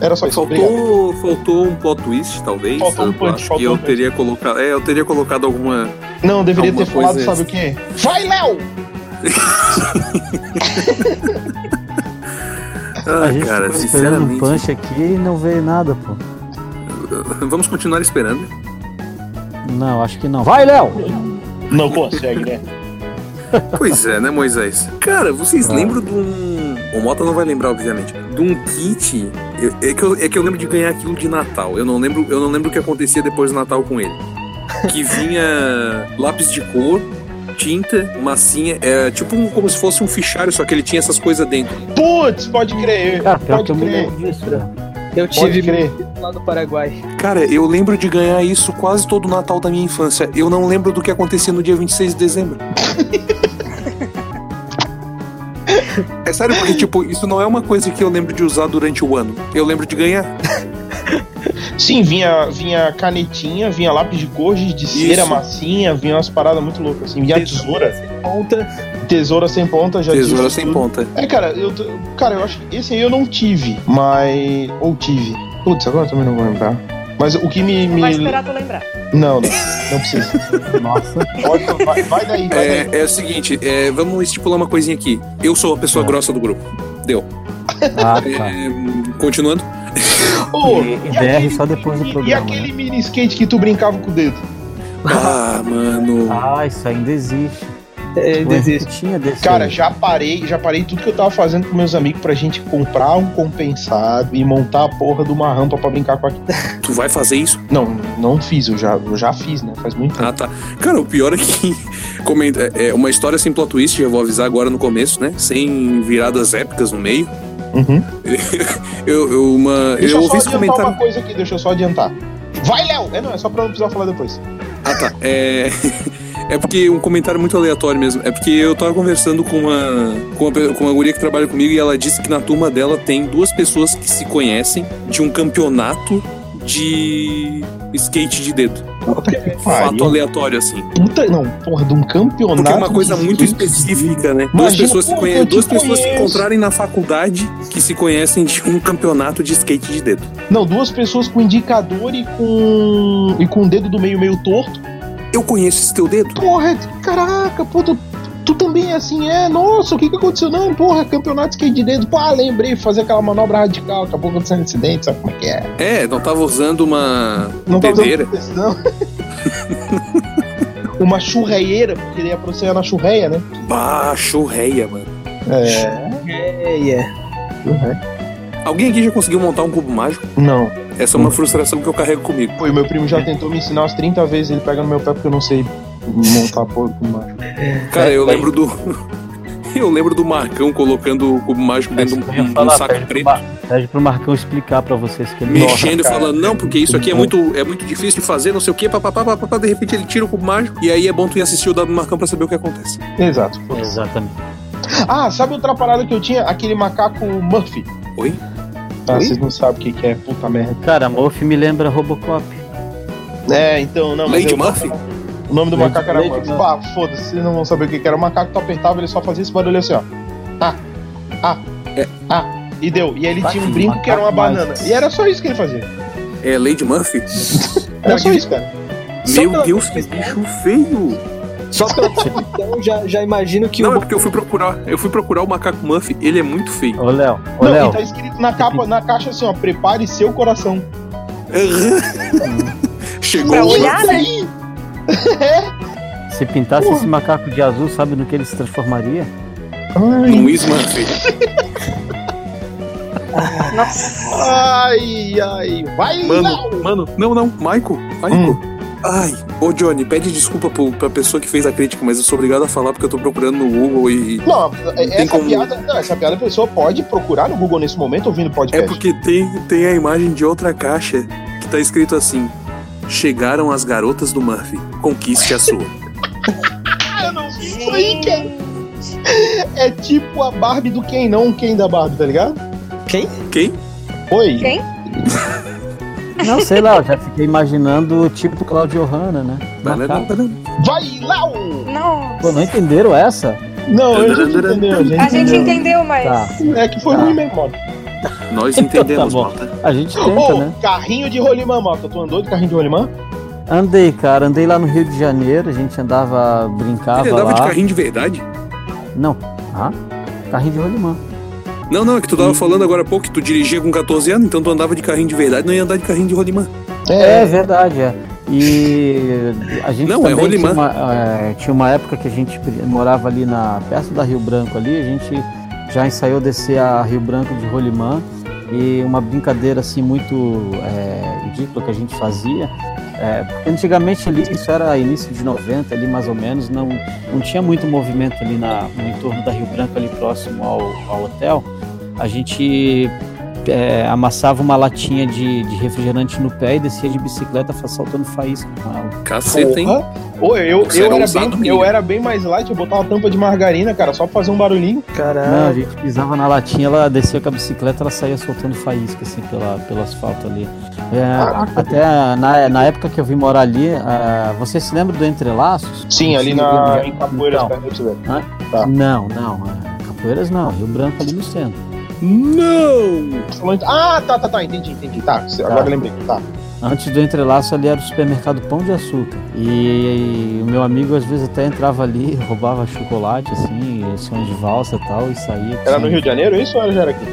Speaker 2: Era só isso. obrigado.
Speaker 3: Faltou, faltou um plot twist, talvez.
Speaker 2: Faltou um
Speaker 3: Eu
Speaker 2: punch,
Speaker 3: acho que
Speaker 2: faltou
Speaker 3: eu
Speaker 2: um punch.
Speaker 3: teria colocado. É, eu teria colocado alguma.
Speaker 2: Não, deveria
Speaker 3: Alguma
Speaker 2: ter falado,
Speaker 3: coisa
Speaker 2: sabe o quê? Vai, Léo!
Speaker 4: A
Speaker 3: Ah,
Speaker 4: gente
Speaker 3: cara,
Speaker 4: ficou esperando um
Speaker 3: sinceramente.
Speaker 4: punch aqui e não veio nada, pô.
Speaker 3: Vamos continuar esperando.
Speaker 4: Não, acho que não. Vai, Léo!
Speaker 2: Não consegue, né?
Speaker 3: Pois é, né, Moisés? Cara, vocês
Speaker 4: Ah.
Speaker 3: lembram de um. O Mota não vai lembrar, obviamente. De um kit. eu- É que, eu, é que eu lembro de ganhar aquilo de Natal. Eu não lembro, eu não lembro o que acontecia depois do Natal com ele. Que vinha lápis de cor, tinta, massinha. É tipo um- como se fosse um fichário, só que ele tinha essas coisas dentro.
Speaker 2: Putz, pode crer.
Speaker 4: Cara, pior
Speaker 2: pode
Speaker 4: que eu me
Speaker 2: crer.
Speaker 4: lembro disso, né?
Speaker 6: Eu
Speaker 2: Pode
Speaker 6: tive
Speaker 2: crer.
Speaker 6: lá no Paraguai.
Speaker 3: Cara, eu lembro de ganhar isso quase todo o Natal da minha infância. Eu não lembro do que acontecia no dia 26 de dezembro. É sério, porque, tipo, isso não é uma coisa que eu lembro de usar durante o ano. Eu lembro de ganhar.
Speaker 2: Sim, vinha, vinha canetinha, vinha lápis de cor, giz de cera,
Speaker 3: Isso.
Speaker 2: massinha, vinha umas paradas muito loucas. Assim. Vinha tesoura.
Speaker 6: Ponta.
Speaker 2: Tesoura sem ponta, já tive
Speaker 3: Tesoura
Speaker 2: isso
Speaker 3: sem
Speaker 2: tudo.
Speaker 3: ponta.
Speaker 2: É, cara, eu, tô- cara, eu acho que esse aí eu não tive, mas... Ou tive. Putz, agora eu também não vou lembrar. Mas o que me... me...
Speaker 1: Vai esperar tu lembrar.
Speaker 2: Não, não, não precisa.
Speaker 4: Nossa.
Speaker 2: Pode, vai, vai daí, vai daí.
Speaker 3: É, é o seguinte, é, vamos estipular uma coisinha aqui. Eu sou a pessoa
Speaker 2: Tá.
Speaker 4: Ah.
Speaker 3: grossa do grupo.
Speaker 4: Ah, tá.
Speaker 3: É, continuando.
Speaker 2: Tá. Ô,
Speaker 4: E- e
Speaker 2: e
Speaker 4: BR só
Speaker 2: aquele
Speaker 4: depois do
Speaker 2: mini- E
Speaker 4: programa, né?
Speaker 2: aquele mini skate que tu brincava com o dedo?
Speaker 3: Ah, mano.
Speaker 2: Tá.
Speaker 4: Ah, isso ainda existe.
Speaker 6: É,
Speaker 4: Ué,
Speaker 6: desiste.
Speaker 4: Tinha desse
Speaker 2: Cara,
Speaker 4: aí.
Speaker 2: já parei, já parei tudo que eu tava fazendo com meus amigos pra gente comprar um compensado e montar a porra de uma rampa pra brincar com aquilo.
Speaker 3: Tu vai fazer isso?
Speaker 2: Não, não fiz, eu já, eu já fiz, né? Faz muito tempo.
Speaker 3: Ah, tá. Cara, o pior é que. comenta- é uma história sem plot twist, já vou avisar agora no começo, né? Sem viradas épicas no meio.
Speaker 2: Uhum.
Speaker 3: Eu, eu, uma,
Speaker 2: Deixa eu,
Speaker 3: eu Ah, ouvi esse
Speaker 2: só adiantar
Speaker 3: comentário.
Speaker 2: uma coisa aqui, deixa eu só adiantar. Vai, Léo! É, não, é só pra não precisar falar depois.
Speaker 3: Ah, tá. É, É porque um comentário muito aleatório mesmo. É porque eu tava conversando com uma, com uma, pe- com uma guria que trabalha comigo e ela disse que na turma dela tem duas pessoas que se conhecem de um campeonato de skate de dedo.
Speaker 2: Puta que
Speaker 3: Fato
Speaker 2: pariu.
Speaker 3: aleatório, assim.
Speaker 2: Puta, não, porra, de um campeonato.
Speaker 3: Porque é uma coisa
Speaker 2: de
Speaker 3: muito
Speaker 2: skate.
Speaker 3: específica, né? duas
Speaker 2: Imagina,
Speaker 3: pessoas, se
Speaker 2: pô,
Speaker 3: conhe-
Speaker 2: eu te
Speaker 3: duas pessoas se
Speaker 2: conheço.
Speaker 3: encontrarem na faculdade que se conhecem de um campeonato de skate de dedo.
Speaker 2: Não, duas pessoas com indicador e com. e com o dedo do meio meio torto.
Speaker 3: Eu conheço esse teu dedo.
Speaker 2: Porra, caraca, puta. Tu também é assim, é? Nossa, o que que aconteceu? Não, porra, campeonato de skate de dedo. Pá, lembrei, fazer aquela manobra radical, acabou acontecendo acidente, sabe como é que é?
Speaker 3: É, não tava usando uma
Speaker 2: Não tá
Speaker 3: pedeira.
Speaker 2: usando isso, não. Uma churreieira, porque ele ia pra você na churreia, né?
Speaker 3: Bah, churreia, mano.
Speaker 2: É.
Speaker 6: É, yeah.
Speaker 2: churreia.
Speaker 3: Alguém aqui já conseguiu montar um cubo mágico?
Speaker 2: Não.
Speaker 3: Essa é uma frustração que eu carrego comigo.
Speaker 2: Pô, e meu primo já tentou me ensinar umas 30 vezes, ele pega no meu pé porque eu não sei montar porco mágico.
Speaker 3: Cara, eu lembro do. Eu lembro do Marcão colocando o cubo mágico dentro de
Speaker 4: Eu ia
Speaker 3: um,
Speaker 4: falar,
Speaker 3: um saco
Speaker 4: pede pro
Speaker 3: preto,
Speaker 4: Mar- Pede pro Marcão explicar pra vocês que ele
Speaker 3: mexendo e
Speaker 2: cara.
Speaker 3: falando, não, porque isso aqui é muito, é muito difícil de fazer, não sei o quê, papapá, papapá, de repente ele tira o cubo mágico, e aí é bom tu ir assistir o dado do Marcão pra saber o que acontece.
Speaker 2: Então, Exato.
Speaker 4: Exatamente.
Speaker 2: Ah, sabe outra parada que eu tinha? Aquele macaco Murphy.
Speaker 3: Oi?
Speaker 2: Ah,
Speaker 3: Oi?
Speaker 2: vocês não sabem o que, que é, puta merda.
Speaker 4: Cara, Morph me lembra Robocop.
Speaker 2: É, então, não, mas
Speaker 3: Lady
Speaker 2: eu-
Speaker 3: Murphy?
Speaker 2: O nome do
Speaker 4: Lady-
Speaker 2: macaco era
Speaker 4: Lady
Speaker 2: Murphy.
Speaker 4: Murphy.
Speaker 2: Pá, foda-se, vocês não vão saber o que, que era. O macaco tu apertava, ele só fazia esse barulho assim, ó. Ah, ah,
Speaker 3: É.
Speaker 2: ah. E deu. E ele
Speaker 4: Tá
Speaker 2: tinha um
Speaker 4: aqui,
Speaker 2: brinco que era uma
Speaker 4: macaco
Speaker 2: banana.
Speaker 4: mais.
Speaker 2: E era só isso que ele fazia.
Speaker 3: É Lady Murphy?
Speaker 2: Era só isso, cara.
Speaker 6: Só
Speaker 3: Meu
Speaker 6: pela-
Speaker 3: Deus, que bicho feio!
Speaker 6: Só pela descrição, já, já imagino que
Speaker 3: não, é
Speaker 6: o
Speaker 3: porque eu fui procurar, eu fui procurar o macaco Murphy, ele é muito feio.
Speaker 4: Ô, Léo. Ô,
Speaker 2: não,
Speaker 4: Léo.
Speaker 2: e tá escrito na, capa, na caixa assim, ó. Prepare seu coração.
Speaker 3: Chegou
Speaker 1: Pra
Speaker 3: o
Speaker 1: olhar, né?
Speaker 4: Se
Speaker 2: então-
Speaker 4: pintasse
Speaker 2: Porra.
Speaker 4: esse macaco de azul, sabe no que ele se transformaria?
Speaker 2: Ai,
Speaker 3: Luiz Murphy.
Speaker 1: Nossa.
Speaker 2: ai, ai. Vai, lá.
Speaker 3: Mano, mano, não, Hum. não, Michael, Michael. Ai, ô Johnny, pede desculpa pro, pra pessoa que fez a crítica, mas eu sou obrigado a falar porque eu tô procurando no Google e.
Speaker 2: Não,
Speaker 3: tem
Speaker 2: essa
Speaker 3: como-
Speaker 2: piada, não, essa piada a pessoa pode procurar no Google nesse momento ouvindo
Speaker 3: É
Speaker 2: podcast.
Speaker 3: porque tem, tem a imagem de outra caixa que tá escrito assim: Chegaram as garotas do Murphy, conquiste a sua.
Speaker 2: Ah, eu não vi isso aí, cara. É tipo a Barbie do quem, não o quem da Barbie, tá ligado?
Speaker 3: Quem?
Speaker 2: Oi.
Speaker 1: Quem?
Speaker 4: Não, sei lá, eu já fiquei imaginando tipo Claudio Hanna, né?
Speaker 2: é
Speaker 3: Banana,
Speaker 4: Macaco.
Speaker 3: banana.
Speaker 2: Vai lá! ô!
Speaker 4: Pô, não
Speaker 1: Nossa.
Speaker 4: entenderam essa?
Speaker 2: Não, eu já entendeu, gente.
Speaker 1: A gente entendeu, mas.
Speaker 4: Tá.
Speaker 2: É que foi
Speaker 4: Tá.
Speaker 2: ruim mesmo, moto.
Speaker 3: Nós
Speaker 4: Então tá
Speaker 3: entendemos,
Speaker 4: bom.
Speaker 3: Malta.
Speaker 4: A gente tenta,
Speaker 2: Ô,
Speaker 4: né?
Speaker 2: carrinho de rolimã, moto. Tu andou de carrinho de rolimã?
Speaker 4: Andei, cara, andei lá no Rio de Janeiro, a gente andava, brincava
Speaker 3: Ele andava
Speaker 4: lá.
Speaker 3: de carrinho de verdade?
Speaker 4: Não, ah, carrinho de rolimã.
Speaker 3: Não, não, é que tu tava falando agora há pouco que tu dirigia com 14 anos, então tu andava de carrinho de verdade, não ia andar de carrinho de rolimã.
Speaker 4: É, verdade, é. E a gente
Speaker 3: Não, é
Speaker 4: também
Speaker 3: rolimã.
Speaker 4: tinha, uma, é, tinha uma época que a gente morava ali na perto da Rio Branco ali, a gente já ensaiou descer a Rio Branco de rolimã e uma brincadeira assim muito é, ridícula que a gente fazia. é, porque antigamente ali, isso era início de 90 ali mais ou menos, não, não tinha muito movimento ali na, no entorno da Rio Branco ali próximo ao, ao hotel. A gente é, amassava uma latinha de, de refrigerante no pé e descia de bicicleta fa- saltando faísca com ela.
Speaker 3: Caceta, hein?
Speaker 2: Porra. Ô, eu,
Speaker 3: Você
Speaker 2: eu,
Speaker 3: era
Speaker 2: era
Speaker 3: ousado
Speaker 2: bem,
Speaker 3: mesmo.
Speaker 2: eu era bem mais light, eu botava tampa de margarina, cara, só pra fazer um barulhinho.
Speaker 4: Não, a
Speaker 6: caralho.
Speaker 4: gente pisava na latinha, ela descia com a bicicleta, ela saía soltando faísca assim pela, pelo asfalto ali. É,
Speaker 2: Caraca.
Speaker 4: até na, na época que eu vim morar ali, ah, você se lembra do Entrelaços?
Speaker 2: Sim, ali na em Capoeiras, perto do velho. tá.
Speaker 4: Não, não, é, Capoeiras não, Rio Branco ali no centro.
Speaker 3: Não!
Speaker 2: Tu falou em- Ah, tá, tá, tá, entendi, entendi. Tá, agora eu lembrei. Tá.
Speaker 4: Antes do entrelaço ali era o supermercado Pão de Açúcar. E, o meu amigo às vezes até entrava ali, roubava chocolate, assim, sons de valsa e tal, e saía.
Speaker 2: Era
Speaker 4: assim.
Speaker 2: no Rio de Janeiro isso ou era já era aqui?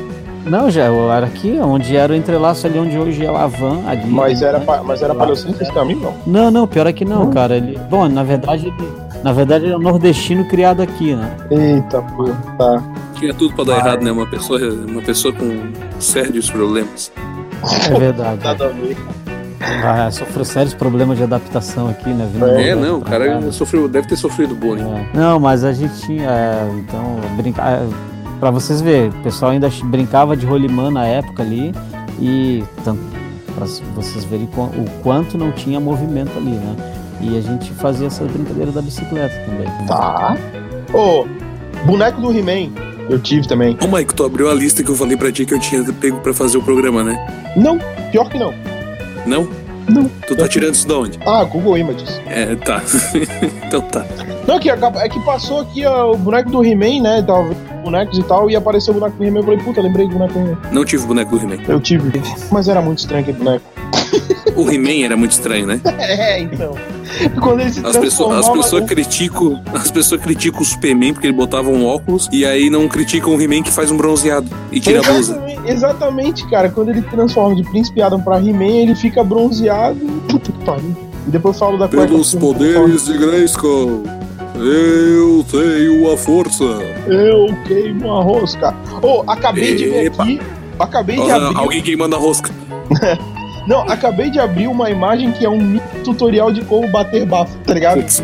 Speaker 4: Não, já eu era aqui, onde era o entrelaço ali onde hoje é a van ali.
Speaker 2: Mas
Speaker 4: né?
Speaker 2: era, pa- mas era paleocentro esse caminho, não.
Speaker 4: Não, não, pior é que não, cara. Ele... Bom, na verdade, ele... na verdade ele é um nordestino criado aqui, né?
Speaker 2: Eita, pô, tá.
Speaker 3: Tinha tudo pra dar errado, né? Uma pessoa, uma pessoa com sérios problemas.
Speaker 4: É verdade.
Speaker 2: Nada a ver.
Speaker 4: Ah, sofreu sérios problemas de adaptação aqui, né? Vindo
Speaker 2: É,
Speaker 3: É,
Speaker 4: do-
Speaker 3: não, o
Speaker 4: pra
Speaker 3: cara
Speaker 4: cá, né?
Speaker 3: sofreu, deve ter sofrido bullying.
Speaker 4: É. Não, mas a gente tinha. é, Então, brincar. é, Pra vocês verem, o pessoal ainda ch- brincava de rolimã na época ali. E tanto, pra s- vocês verem qu- o quanto não tinha movimento ali, né? E a gente fazia essa brincadeira da bicicleta também.
Speaker 2: Tá. Ô, boneco do He-Man. Eu tive também.
Speaker 3: Ô, Maico, tu abriu a lista que eu falei pra ti que eu tinha pego pra fazer o programa, né?
Speaker 2: Não, pior que não.
Speaker 3: Não?
Speaker 2: Não.
Speaker 3: Tu tá tirando isso da onde?
Speaker 2: Ah, Google Images.
Speaker 3: É, tá. então tá.
Speaker 2: Não, que, acaba- é que passou aqui ó, o boneco do He-Man, né? Tava vendo bonecos e tal, e apareceu o boneco do He-Man. Eu falei, puta, lembrei do boneco do He-Man.
Speaker 3: Não tive o boneco do He-Man.
Speaker 2: Eu tive. Mas era muito estranho aquele boneco.
Speaker 3: O He-Man era muito estranho, né?
Speaker 2: É, então. Quando ele se
Speaker 3: As pessoas, as
Speaker 2: transformava-
Speaker 3: pessoas criticam, as pessoas criticam o Superman porque ele botava um óculos e aí não criticam o He-Man que faz um bronzeado e tira a blusa.
Speaker 2: Exatamente, exatamente, cara. Quando ele transforma de Príncipe Adam pra He-Man, ele fica bronzeado. Puta que pariu. E depois falo da cueca
Speaker 3: Pelos
Speaker 2: que eu-
Speaker 3: poderes de Grayskull, eu tenho a força.
Speaker 2: Eu queimo a rosca. Ô, acabei de ver
Speaker 3: Epa.
Speaker 2: aqui. Acabei de
Speaker 3: Ah,
Speaker 2: abrir.
Speaker 3: alguém queimando a rosca.
Speaker 2: Não, acabei de abrir uma imagem que é um mini tutorial de como bater bafo, tá ligado?
Speaker 3: Putz.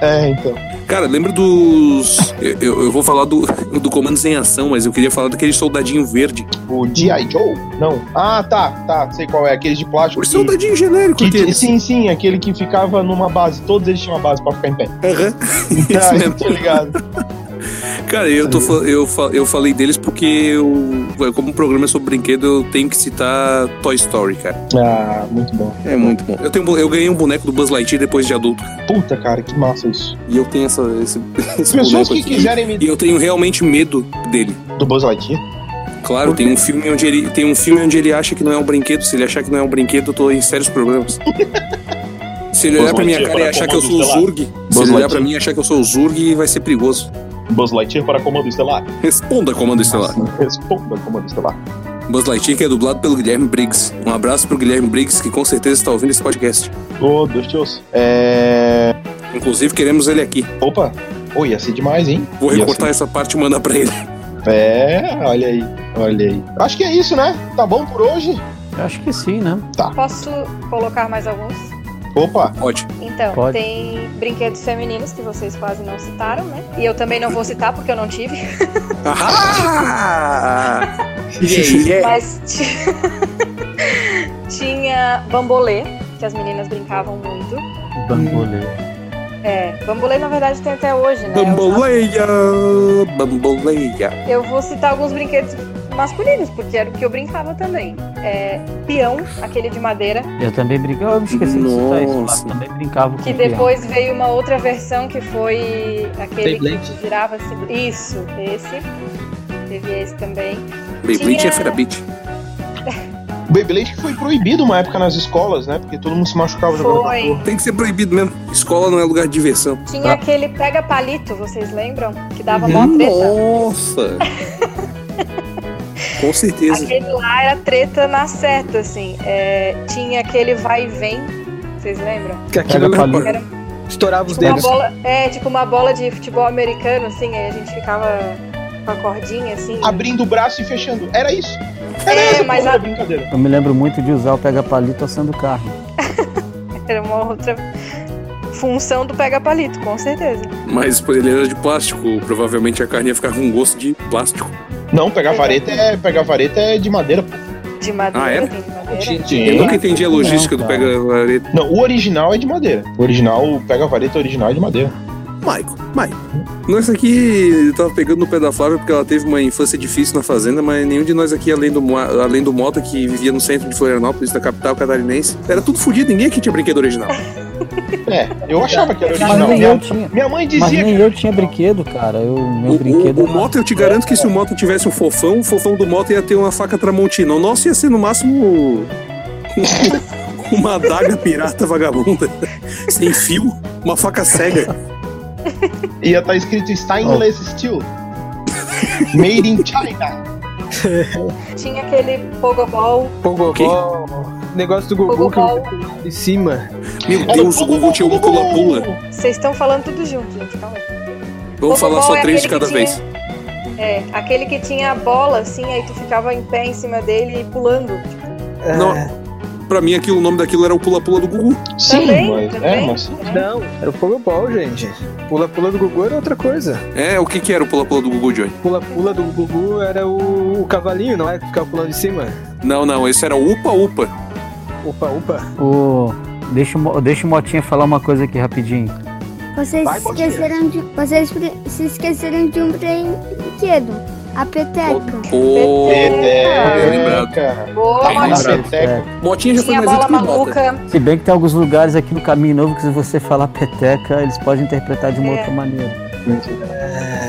Speaker 2: É, então.
Speaker 3: Cara, lembra dos. Eu, eu- eu vou falar do, do Comandos em Ação, mas eu queria falar daquele soldadinho verde.
Speaker 2: O G.I. Joe? Não. Ah, tá, tá. Sei qual é. Aqueles de plástico.
Speaker 3: Por
Speaker 2: que-
Speaker 3: soldadinho genérico
Speaker 2: que-
Speaker 3: aquele.
Speaker 2: sim, sim, aquele que ficava numa base. Todos eles tinham uma base pra ficar em pé.
Speaker 3: Isso
Speaker 2: Tá,
Speaker 3: mesmo.
Speaker 2: tá ligado?
Speaker 3: Cara, eu, tô, fa- eu, fa- eu falei deles porque eu. Como o programa é sobre brinquedo, eu tenho que citar Toy Story, cara.
Speaker 2: Ah, muito bom.
Speaker 3: É muito bom. Eu, tenho, um bo- eu ganhei um boneco do Buzz Lightyear depois de adulto.
Speaker 2: Puta, cara, que massa isso.
Speaker 3: E eu tenho essa, esse, esse
Speaker 2: Pessoas
Speaker 3: boneco
Speaker 2: que
Speaker 3: aqui.
Speaker 2: quiserem me.
Speaker 3: E eu tenho realmente medo dele.
Speaker 2: Do Buzz Lightyear?
Speaker 3: Claro, tem um filme onde ele tem um filme onde ele acha que não é um brinquedo. Se ele achar que não é um brinquedo, eu tô em sérios problemas. Se ele olhar pra minha cara e achar que eu sou o Zurg, se ele olhar pra mim e achar que eu sou o Zurg, vai ser perigoso.
Speaker 2: Buzz Lightyear para Comando Estelar.
Speaker 3: Responda, Comando Estelar.
Speaker 2: Sim, Responda, Comando Estelar.
Speaker 3: Buzz Lightyear que é dublado pelo Guilherme Briggs. Um abraço pro Guilherme Briggs, que com certeza está ouvindo esse podcast.
Speaker 2: Ô, Deus te ouça. É.
Speaker 3: Inclusive, queremos ele aqui.
Speaker 2: Opa! Oi, ia ser demais, hein?
Speaker 3: Vou
Speaker 2: Ia
Speaker 3: recortar essa parte e mandar pra ele.
Speaker 2: ser. É, olha aí, olha aí. Acho que é isso, né? Tá bom por hoje?
Speaker 4: Eu acho que sim, né?
Speaker 1: Posso colocar mais alguns?
Speaker 2: Opa!
Speaker 3: Ótimo.
Speaker 1: Então,
Speaker 4: Pode.
Speaker 1: tem brinquedos femininos que vocês quase não citaram, né? E eu também não vou citar porque eu não tive.
Speaker 3: Ah! Yeah, yeah.
Speaker 1: Mas ti- tinha bambolê, que as meninas brincavam muito.
Speaker 4: Bambolê.
Speaker 1: É, bambolê na verdade tem até hoje, né?
Speaker 3: Bamboleia! Bamboleia!
Speaker 1: Eu vou citar alguns brinquedos masculinos, porque era o que eu brincava também. É, peão, aquele de madeira,
Speaker 4: Eu também brincava, eu me esqueci de citar isso, mas
Speaker 3: Nossa.
Speaker 4: também brincava com
Speaker 1: que
Speaker 4: criança.
Speaker 1: depois veio uma outra versão que foi aquele
Speaker 6: Beyblade?
Speaker 1: que girava assim. Isso, esse. Teve esse também.
Speaker 3: Beyblade
Speaker 1: Tinha-
Speaker 3: é Ferabit.
Speaker 2: O Beyblade que foi proibido uma época nas escolas, né? Porque todo mundo se machucava jogando
Speaker 1: Foi.
Speaker 2: com a porra.
Speaker 3: Tem que ser proibido mesmo. Escola não é lugar de diversão.
Speaker 1: Tinha
Speaker 4: Tá.
Speaker 1: aquele pega palito, vocês lembram? Que dava mó Tá
Speaker 3: Uhum.
Speaker 1: treta.
Speaker 3: Nossa! Com certeza.
Speaker 1: Aquele lá era treta na certa, assim. É, tinha aquele vai e vem, vocês lembram?
Speaker 4: Pega
Speaker 6: Que aquilo
Speaker 4: palito.
Speaker 1: Era
Speaker 6: estourava os
Speaker 1: tipo uma
Speaker 6: dedos.
Speaker 1: bola, é, tipo uma bola de futebol americano, assim, aí a gente ficava com a cordinha, assim.
Speaker 2: Abrindo o braço e fechando. Era isso. Era
Speaker 1: É,
Speaker 2: essa
Speaker 1: mas
Speaker 2: porra
Speaker 1: a-
Speaker 2: da brincadeira.
Speaker 4: Eu me lembro muito de usar o pega-palito assando o carro.
Speaker 1: Era uma outra função do pega palito, com certeza.
Speaker 3: Mas por ele era de plástico, provavelmente a carne ia ficar com gosto de plástico.
Speaker 2: Não, pegar vareta é. Pegar vareta é de madeira. pô.
Speaker 1: De madeira,
Speaker 3: Ah, era?
Speaker 1: assim, de madeira.
Speaker 2: Sim.
Speaker 3: Eu nunca entendi a logística
Speaker 4: É? Não,
Speaker 3: do
Speaker 4: cara.
Speaker 3: pega-vareta.
Speaker 2: Não, o original é de madeira. O original, o pega vareta original é de madeira.
Speaker 3: Maico, Maico. Nós aqui eu tava pegando no pé da Flávia porque ela teve uma infância difícil na fazenda, mas nenhum de nós aqui, além do, Mo- além do Mota, que vivia no centro de Florianópolis, da capital catarinense, era tudo fodido, ninguém aqui tinha brinquedo original.
Speaker 2: É, eu achava que era
Speaker 4: Mas
Speaker 2: original.
Speaker 4: nem
Speaker 2: Minha,
Speaker 4: eu tinha.
Speaker 2: minha mãe
Speaker 4: Mas
Speaker 2: dizia
Speaker 4: nem eu tinha brinquedo, cara. Eu, meu
Speaker 3: O,
Speaker 4: brinquedo
Speaker 3: o, o
Speaker 4: era-
Speaker 3: Mota, eu te garanto que se o Mota tivesse um fofão, o fofão do Mota ia ter uma faca tramontina. O nosso ia ser no máximo uma adaga pirata vagabunda, sem fio, uma faca cega.
Speaker 2: que ia estar tá escrito Stainless Steel. Made in China.
Speaker 1: Tinha aquele pogobol,
Speaker 6: Pogobol. Negócio do Gugu que
Speaker 1: pogobol.
Speaker 6: em cima.
Speaker 3: Meu
Speaker 2: Era
Speaker 3: Deus, o Google tinha um uma pula-pula.
Speaker 1: Vocês estão falando tudo junto, gente, calma aí.
Speaker 3: Vamos falar
Speaker 1: Pogobol
Speaker 3: só
Speaker 1: é
Speaker 3: três de
Speaker 1: aquele
Speaker 3: cada
Speaker 1: que
Speaker 3: vez.
Speaker 1: É, aquele que tinha a bola, assim, aí tu ficava em pé em cima dele e pulando.
Speaker 6: É,
Speaker 3: Não. Pra mim, aquilo, o nome daquilo era o pula-pula do Gugu.
Speaker 2: Sim,
Speaker 1: Também,
Speaker 2: mas. É,
Speaker 1: também.
Speaker 2: mas sim.
Speaker 6: Não, era o Pogobol, gente. Pula-pula do Gugu era outra coisa.
Speaker 3: É, o que que era o pula-pula do Gugu, Johnny?
Speaker 6: Pula-pula do Gugu era o, o cavalinho, não é? Que ficava pulando em cima.
Speaker 3: Não, não, esse era o upa-upa.
Speaker 6: Opa, opa.
Speaker 4: O, Deixa, o Mo- deixa o Motinha falar uma coisa aqui rapidinho.
Speaker 8: Vocês
Speaker 2: Vai, bom dia.
Speaker 8: esqueceram de. Vocês pre- se esqueceram de um brinquedo. A peteca.
Speaker 3: Pô,
Speaker 2: É,
Speaker 1: Peteca.
Speaker 3: bem lembrado.
Speaker 2: Peteca.
Speaker 1: Boa,
Speaker 4: Ah,
Speaker 3: Bem
Speaker 1: Matheus.
Speaker 4: é
Speaker 3: lembrado.
Speaker 2: Peteca.
Speaker 3: Motinha já foi
Speaker 1: Tinha
Speaker 3: mais
Speaker 1: bola
Speaker 3: junto que Minota.
Speaker 1: maluca.
Speaker 4: Se bem que tem alguns lugares aqui no Caminho Novo que se você falar peteca, eles podem interpretar de uma
Speaker 1: É.
Speaker 4: outra maneira.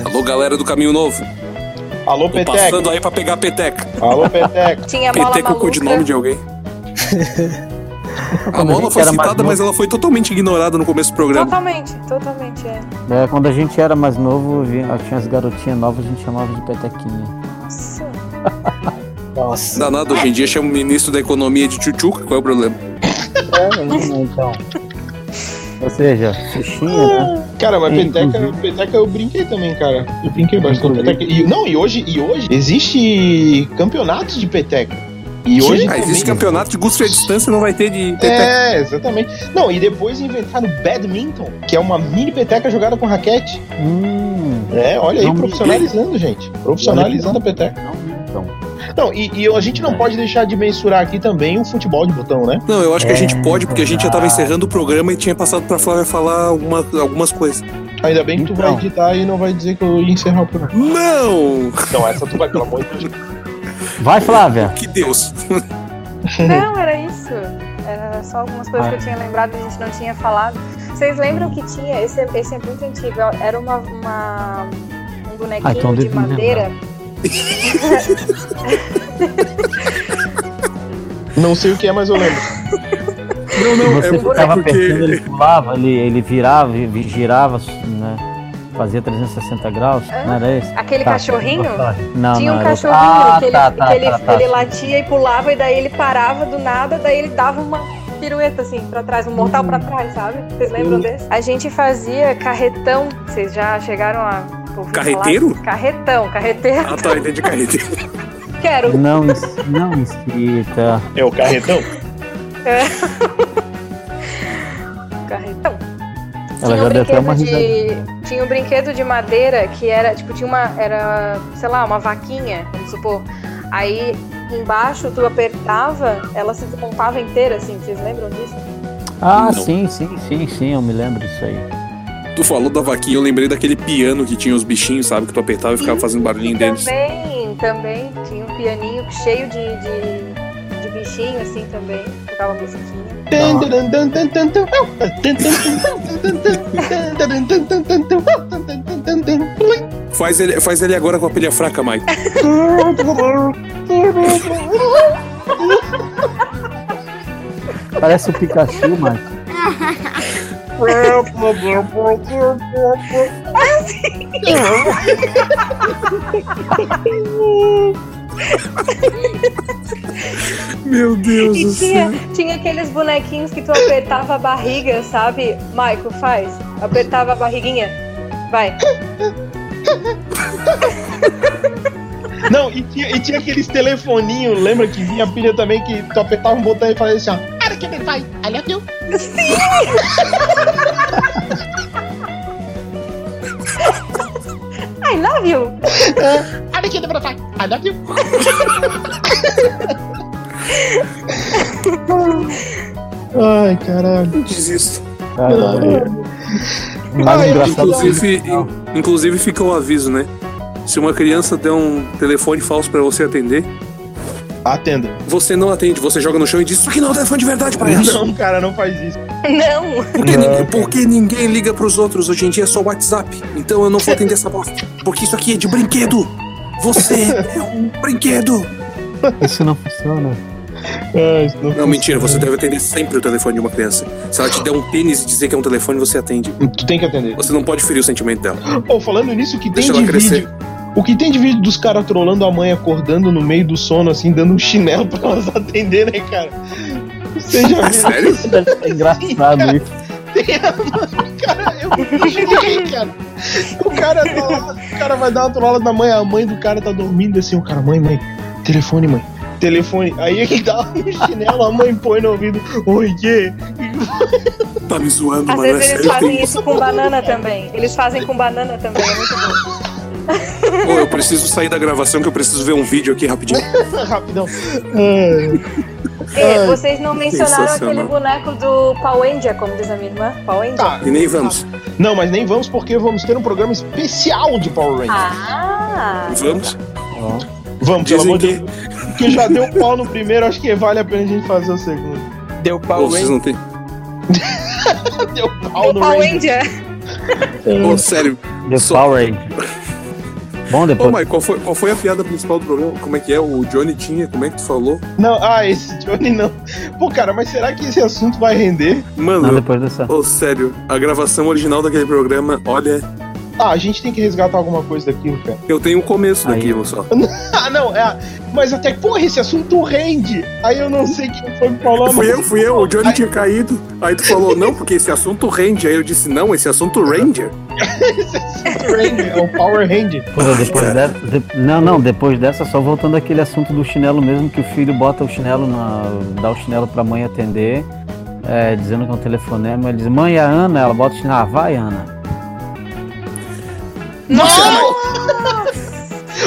Speaker 3: Alô, galera do Caminho Novo.
Speaker 2: Alô,
Speaker 3: Tô
Speaker 2: Peteca.
Speaker 3: passando aí pra pegar a peteca.
Speaker 2: Alô, Peteca.
Speaker 1: Tinha bola
Speaker 3: Peteca é o codinome
Speaker 1: maluca.
Speaker 3: de alguém. A
Speaker 4: Quando a
Speaker 3: Mona
Speaker 4: gente
Speaker 3: foi
Speaker 4: era mais
Speaker 3: citada, mas ela foi totalmente ignorada no começo do programa.
Speaker 1: Totalmente, totalmente, é.
Speaker 4: É, quando a gente era mais novo, vi- tinha as garotinhas novas, a gente chamava de petequinha.
Speaker 1: Nossa.
Speaker 6: Nossa.
Speaker 3: Danado, hoje em dia chama o ministro da economia de tchutchuca, qual é o problema?
Speaker 4: É, então. Ou seja, fichinha, né?
Speaker 2: Cara, mas
Speaker 4: Sim,
Speaker 2: peteca,
Speaker 4: inclusive.
Speaker 2: peteca eu brinquei também, cara. Eu brinquei bastante.
Speaker 4: Inclusive.
Speaker 2: Peteca. E, não, e hoje, e hoje existe campeonatos de peteca. E hoje
Speaker 3: Ah,
Speaker 2: também-
Speaker 3: existe campeonato de gusto e à distância, não vai ter de peteca.
Speaker 2: É, exatamente. Não, e depois inventaram o badminton, que é uma mini peteca jogada com raquete.
Speaker 4: Ah. Hum,
Speaker 2: É, olha aí,
Speaker 4: Não me-
Speaker 2: profissionalizando, gente. Profissionalizando a peteca.
Speaker 4: não, então.
Speaker 2: Não, e, e a
Speaker 3: É.
Speaker 2: gente não pode deixar de mensurar aqui também o futebol de botão, né?
Speaker 3: Não, eu acho que a gente pode, porque a gente já tava encerrando o programa e tinha passado pra Flávia falar alguma- algumas coisas.
Speaker 2: Ainda bem que tu vai
Speaker 4: Então.
Speaker 2: editar e não vai dizer que eu ia encerrar o programa.
Speaker 3: Não!
Speaker 2: Não, Então, essa tu vai, pelo amor de Deus.
Speaker 4: Vai, Flávia.
Speaker 3: Que Deus!
Speaker 1: Não, era isso. Era só algumas coisas que
Speaker 2: Ah.
Speaker 1: eu tinha lembrado que a gente não tinha falado. Vocês lembram que tinha? Esse, é- esse é muito antigo. Era uma, uma- um bonequinho
Speaker 4: Ah, então
Speaker 1: de
Speaker 4: deve me
Speaker 1: madeira.
Speaker 2: Não sei o que é, mas eu lembro.
Speaker 3: Não,
Speaker 4: Se
Speaker 3: não,
Speaker 4: você
Speaker 3: é,
Speaker 4: ficava
Speaker 3: é
Speaker 4: apertando,
Speaker 3: porque.
Speaker 4: ele pulava, ele, ele virava, vi- vi- girava, né? Fazia 360 graus,
Speaker 1: Hã?
Speaker 4: não era esse?
Speaker 1: É? Aquele
Speaker 4: Tá,
Speaker 1: cachorrinho?
Speaker 4: Não,
Speaker 1: Tinha
Speaker 4: não
Speaker 1: um
Speaker 4: era esse.
Speaker 1: cachorrinho
Speaker 4: Ah,
Speaker 1: que, ele,
Speaker 4: tá, tá,
Speaker 1: que ele,
Speaker 4: tá, tá.
Speaker 1: ele latia e pulava, e daí ele parava do nada, daí ele dava uma pirueta assim pra trás, um mortal pra
Speaker 4: Uhum.
Speaker 1: trás, sabe? Vocês lembram desse? A gente fazia carretão, vocês já chegaram a. ouvir falar?
Speaker 3: Carreteiro?
Speaker 1: Carretão, carreteiro.
Speaker 3: Ah, tá, entendi carreteiro.
Speaker 1: Quero
Speaker 4: Não, ins- não inscrita.
Speaker 2: É o carretão?
Speaker 1: carretão.
Speaker 4: Ela
Speaker 1: tinha
Speaker 4: já
Speaker 1: um
Speaker 4: deu até uma risada.
Speaker 1: brinquedo de, Tinha um brinquedo de madeira que era, tipo, tinha uma, era, sei lá, uma vaquinha, vamos supor. Aí embaixo tu apertava, ela se desmontava inteira, assim, vocês lembram disso?
Speaker 4: Ah,
Speaker 3: Não.
Speaker 4: sim, sim, sim, sim, eu me lembro disso aí.
Speaker 3: Tu falou da vaquinha, eu lembrei daquele piano que tinha os bichinhos, sabe? Que tu apertava e ficava fazendo barulhinho deles.
Speaker 1: Também, também. Tinha um pianinho cheio de, de, de bichinho, assim, também. Tocava musiquinha.
Speaker 3: Faz ele, faz ele agora com a pilha fraca, Mike.
Speaker 4: Parece o Pikachu, mas.
Speaker 3: Meu Deus
Speaker 1: E
Speaker 3: do
Speaker 1: tinha,
Speaker 3: céu.
Speaker 1: tinha aqueles bonequinhos que tu apertava a barriga, sabe? Maico, faz. Apertava a barriguinha. Vai.
Speaker 2: Não, e tinha, e tinha aqueles telefoninhos, lembra que vinha a pilha também que tu apertava um botão e fazia assim, ó. Cara, que vai, I love you.
Speaker 1: I love you.
Speaker 2: Olha aqui, Debra, vai. I love you. Ai, caralho.
Speaker 3: Desisto.
Speaker 4: O mais
Speaker 2: Ah, eu-
Speaker 4: engraçado
Speaker 3: Inclusive, in- inclusive fica o aviso, né? Se uma criança der um telefone falso pra você atender,
Speaker 2: Atenda.
Speaker 3: você não atende, você joga no chão e diz: Isso aqui não é um telefone de verdade pra ela.
Speaker 2: Não, cara, não faz isso.
Speaker 1: Não.
Speaker 3: Porque, ninguém, porque ninguém liga pros outros hoje em dia, é só WhatsApp. Então eu não vou atender essa bosta. Porque isso aqui é de brinquedo. Você é um brinquedo.
Speaker 4: isso não funciona.
Speaker 2: É, isso não
Speaker 3: Não,
Speaker 2: funciona.
Speaker 3: mentira, você deve atender sempre o telefone de uma criança. Se ela te der um tênis e dizer que é um telefone, você atende.
Speaker 2: Tu tem que atender.
Speaker 3: Você não pode ferir o sentimento dela.
Speaker 2: Pô, falando nisso, o que tem
Speaker 3: Deixa
Speaker 2: de
Speaker 3: ela crescer.
Speaker 2: vídeo... O que tem de vídeo dos caras trolando a mãe acordando no meio do sono, assim, dando um chinelo pra elas atender, né, cara? Você já viu?
Speaker 3: Sério?
Speaker 4: É engraçado isso.
Speaker 2: Cara, eu fiquei, cara. O cara, tá lá, o cara vai dar uma trollada na mãe, a mãe do cara tá dormindo assim, o cara, mãe, mãe, telefone, mãe, telefone. Aí ele dá um chinelo, a mãe põe no ouvido, oi, que?
Speaker 3: Tá me zoando,
Speaker 1: Às
Speaker 3: mano. É
Speaker 1: vezes eles
Speaker 3: sério.
Speaker 1: fazem isso com banana também. Eles fazem com banana também. É muito bom.
Speaker 3: Ô, eu
Speaker 2: Tá
Speaker 3: preciso sair da gravação que eu preciso ver um vídeo aqui rapidinho.
Speaker 2: Rapidão. É.
Speaker 1: É, vocês não mencionaram aquele
Speaker 3: Sensacional.
Speaker 1: boneco do Paul Angel, como diz a minha irmã. Paul Angel?
Speaker 2: Tá.
Speaker 3: E nem vamos.
Speaker 2: Não, mas nem vamos porque vamos ter um programa especial de Power Rangers.
Speaker 1: Ah!
Speaker 3: Vamos.
Speaker 4: Ó,
Speaker 2: vamos, pelo
Speaker 3: Dizem
Speaker 2: amor de
Speaker 3: que.
Speaker 2: Deus. Que já deu pau no primeiro, acho que vale a pena a gente fazer o segundo.
Speaker 6: Deu pau,
Speaker 3: Pô, vocês
Speaker 6: hein?
Speaker 3: não tem.
Speaker 2: Deu pau
Speaker 1: O
Speaker 2: no
Speaker 1: Paul
Speaker 2: Ranger.
Speaker 1: Angel.
Speaker 3: Pô, sério.
Speaker 4: The
Speaker 3: Só-
Speaker 4: Power Ranger. Bom,
Speaker 3: Ô,
Speaker 4: depois.
Speaker 3: Mike, qual foi, qual foi a piada principal do programa? Como é que é? O Johnny tinha, como é que tu falou?
Speaker 2: Não, ah, esse Johnny não. Pô, cara, mas será que esse assunto vai render?
Speaker 4: não,
Speaker 3: Mano,
Speaker 4: depois dessa.
Speaker 3: ô, sério, a gravação original daquele programa, olha,
Speaker 2: Ah, a gente tem que resgatar alguma coisa daquilo, cara.
Speaker 3: eu tenho o começo
Speaker 4: Aí.
Speaker 3: daquilo só.
Speaker 2: Ah, não, é. Mas até que, porra, esse assunto rende. Aí eu não sei quem foi que falou,
Speaker 3: Fui
Speaker 2: mas.
Speaker 3: eu, fui eu, o Johnny tinha caído. Aí tu falou, não, porque esse assunto Ranger. Aí eu disse, não, esse assunto Ranger.
Speaker 2: Esse assunto rende, é o Power Ranger.
Speaker 4: Pô, é, depois dessa, de- não, não, depois dessa, só voltando àquele assunto do chinelo mesmo, que o filho bota o chinelo, na, dá o chinelo pra mãe atender, é, dizendo que é um telefonema. Ele diz, mãe, é a Ana, ela bota o chinelo, ah, vai, Ana.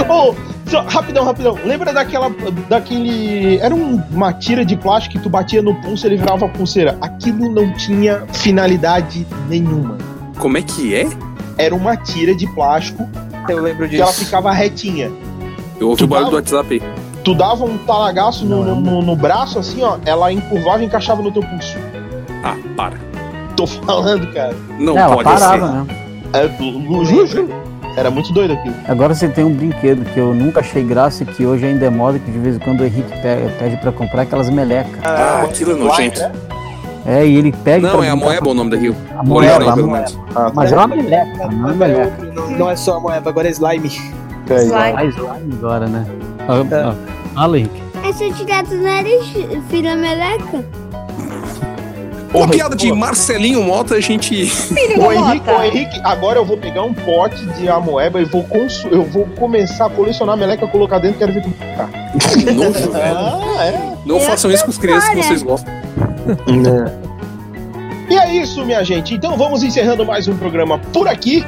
Speaker 2: Ô, Oh, só, rapidão, rapidão. Lembra daquela. Daquele. Era um- uma tira de plástico que tu batia no pulso e ele virava pulseira. Aquilo não tinha finalidade nenhuma.
Speaker 3: Como é que é?
Speaker 2: Era uma tira de plástico
Speaker 6: Eu lembro
Speaker 2: que ela
Speaker 6: disso.
Speaker 2: ficava retinha.
Speaker 3: Eu ouvi
Speaker 2: Tu
Speaker 3: o
Speaker 2: fala?
Speaker 3: barulho do WhatsApp aí.
Speaker 2: Tu dava um talagaço no,
Speaker 4: Não,
Speaker 2: no, no- no braço, assim, ó, ela encurvava e encaixava no teu pulso.
Speaker 3: Ah, para.
Speaker 2: Tô falando, cara.
Speaker 3: Não
Speaker 4: ela
Speaker 3: pode
Speaker 4: parava,
Speaker 3: ser.
Speaker 4: né?
Speaker 2: É, lu- juro, juro. Era muito doido aquilo.
Speaker 4: Agora você tem um brinquedo que eu nunca achei graça e que hoje ainda é moda, que de vez em quando o Henrique pe- pede pra comprar aquelas melecas.
Speaker 3: Ah, aquilo é nojento.
Speaker 4: É, e ele pede
Speaker 3: Não,
Speaker 4: pra
Speaker 3: é a
Speaker 4: brincar
Speaker 3: Moeba o nome daquilo.
Speaker 4: com a
Speaker 3: Original,
Speaker 4: moeba, a
Speaker 3: pelo
Speaker 4: moeba.
Speaker 3: menos.
Speaker 2: Ah,
Speaker 4: Mas é uma meleca, não é uma
Speaker 6: Agora é
Speaker 4: meleca.
Speaker 6: outro, não, não é só a moeba, agora é slime.
Speaker 2: é
Speaker 1: Slime.
Speaker 4: Faz lá agora, né? Ah, ah, Fala, Henrique.
Speaker 8: É se eu tirar do nariz, vira meleca.
Speaker 3: Uma piada de Marcelinho Mota, a gente.
Speaker 1: Filho
Speaker 2: O
Speaker 1: da
Speaker 2: Henrique, o
Speaker 1: Mota.
Speaker 2: Henrique, agora eu vou pegar um pote de amoeba e vou, consu- eu vou começar a colecionar a meleca, colocar dentro, quero ver como ficar.
Speaker 3: Nojo, velho.
Speaker 2: é?
Speaker 3: Não
Speaker 8: Eu
Speaker 3: façam isso com as crianças que
Speaker 8: fora.
Speaker 3: vocês gostam.
Speaker 2: E é isso, minha gente. Então vamos encerrando mais um programa por aqui.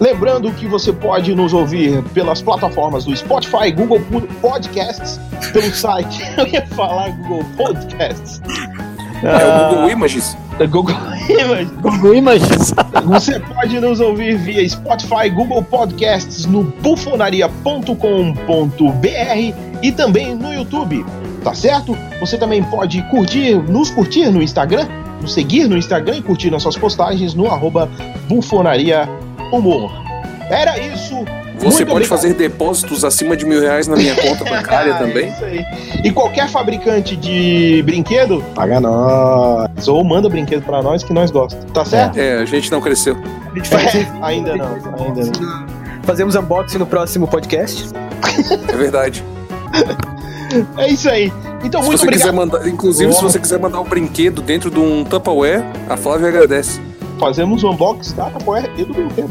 Speaker 2: Lembrando que você pode nos ouvir pelas plataformas do Spotify, Google Podcasts, pelo site. Eu ia falar Google Podcasts. Ah.
Speaker 3: É o Google Images.
Speaker 2: É Google Images.
Speaker 4: Google
Speaker 2: Você pode nos ouvir via Spotify, Google Podcasts, no bufonaria.com.br e também no YouTube, tá certo? Você também pode curtir, nos curtir no Instagram, nos seguir no Instagram e curtir nossas postagens no arroba bufonaria humor. Era isso.
Speaker 3: Você
Speaker 2: Muito
Speaker 3: pode
Speaker 2: obrigado.
Speaker 3: fazer depósitos acima de mil reais na minha conta bancária também.
Speaker 2: Ah, é Isso aí. E qualquer fabricante de brinquedo, paga nós. Ou manda brinquedo pra nós que nós gostamos, tá certo?
Speaker 3: É, a gente não cresceu.
Speaker 6: A gente faz
Speaker 3: É.
Speaker 6: review,
Speaker 2: ainda não,
Speaker 6: depois
Speaker 2: ainda não.
Speaker 6: unboxing. Fazemos unboxing no próximo podcast.
Speaker 3: É verdade.
Speaker 2: É isso aí. Então,
Speaker 3: Se
Speaker 2: muito
Speaker 3: você quiser
Speaker 2: obrigado.
Speaker 3: mandar, inclusive, se você quiser mandar um brinquedo dentro de um Tupperware, a Flávia agradece.
Speaker 2: Fazemos o unboxing tá? da Tapoer e é do brinquedo.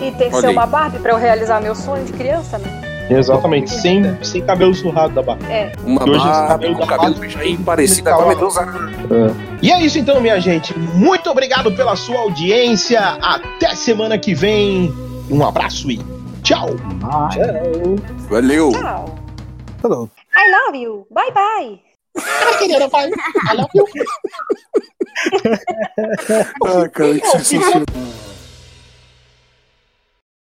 Speaker 1: E tem que
Speaker 3: Olha
Speaker 1: ser
Speaker 3: aí.
Speaker 1: uma Barbie pra eu realizar meu sonho de criança, né?
Speaker 2: Exatamente, sem, sem cabelo surrado da barra.
Speaker 3: Uma
Speaker 2: E hoje esse
Speaker 3: barba
Speaker 2: cabelo
Speaker 3: com
Speaker 2: da
Speaker 3: cabelo
Speaker 2: Flávia-
Speaker 3: bem parecida
Speaker 2: Calma.
Speaker 3: com a Medusa.
Speaker 2: E é isso então, minha gente. Muito obrigado pela sua audiência. Até semana que vem. Um abraço e tchau.
Speaker 3: Valeu!
Speaker 1: Tchau.
Speaker 2: Tá
Speaker 6: Falou.
Speaker 1: I love you. Bye bye.
Speaker 3: Ah, cara, que sensacional.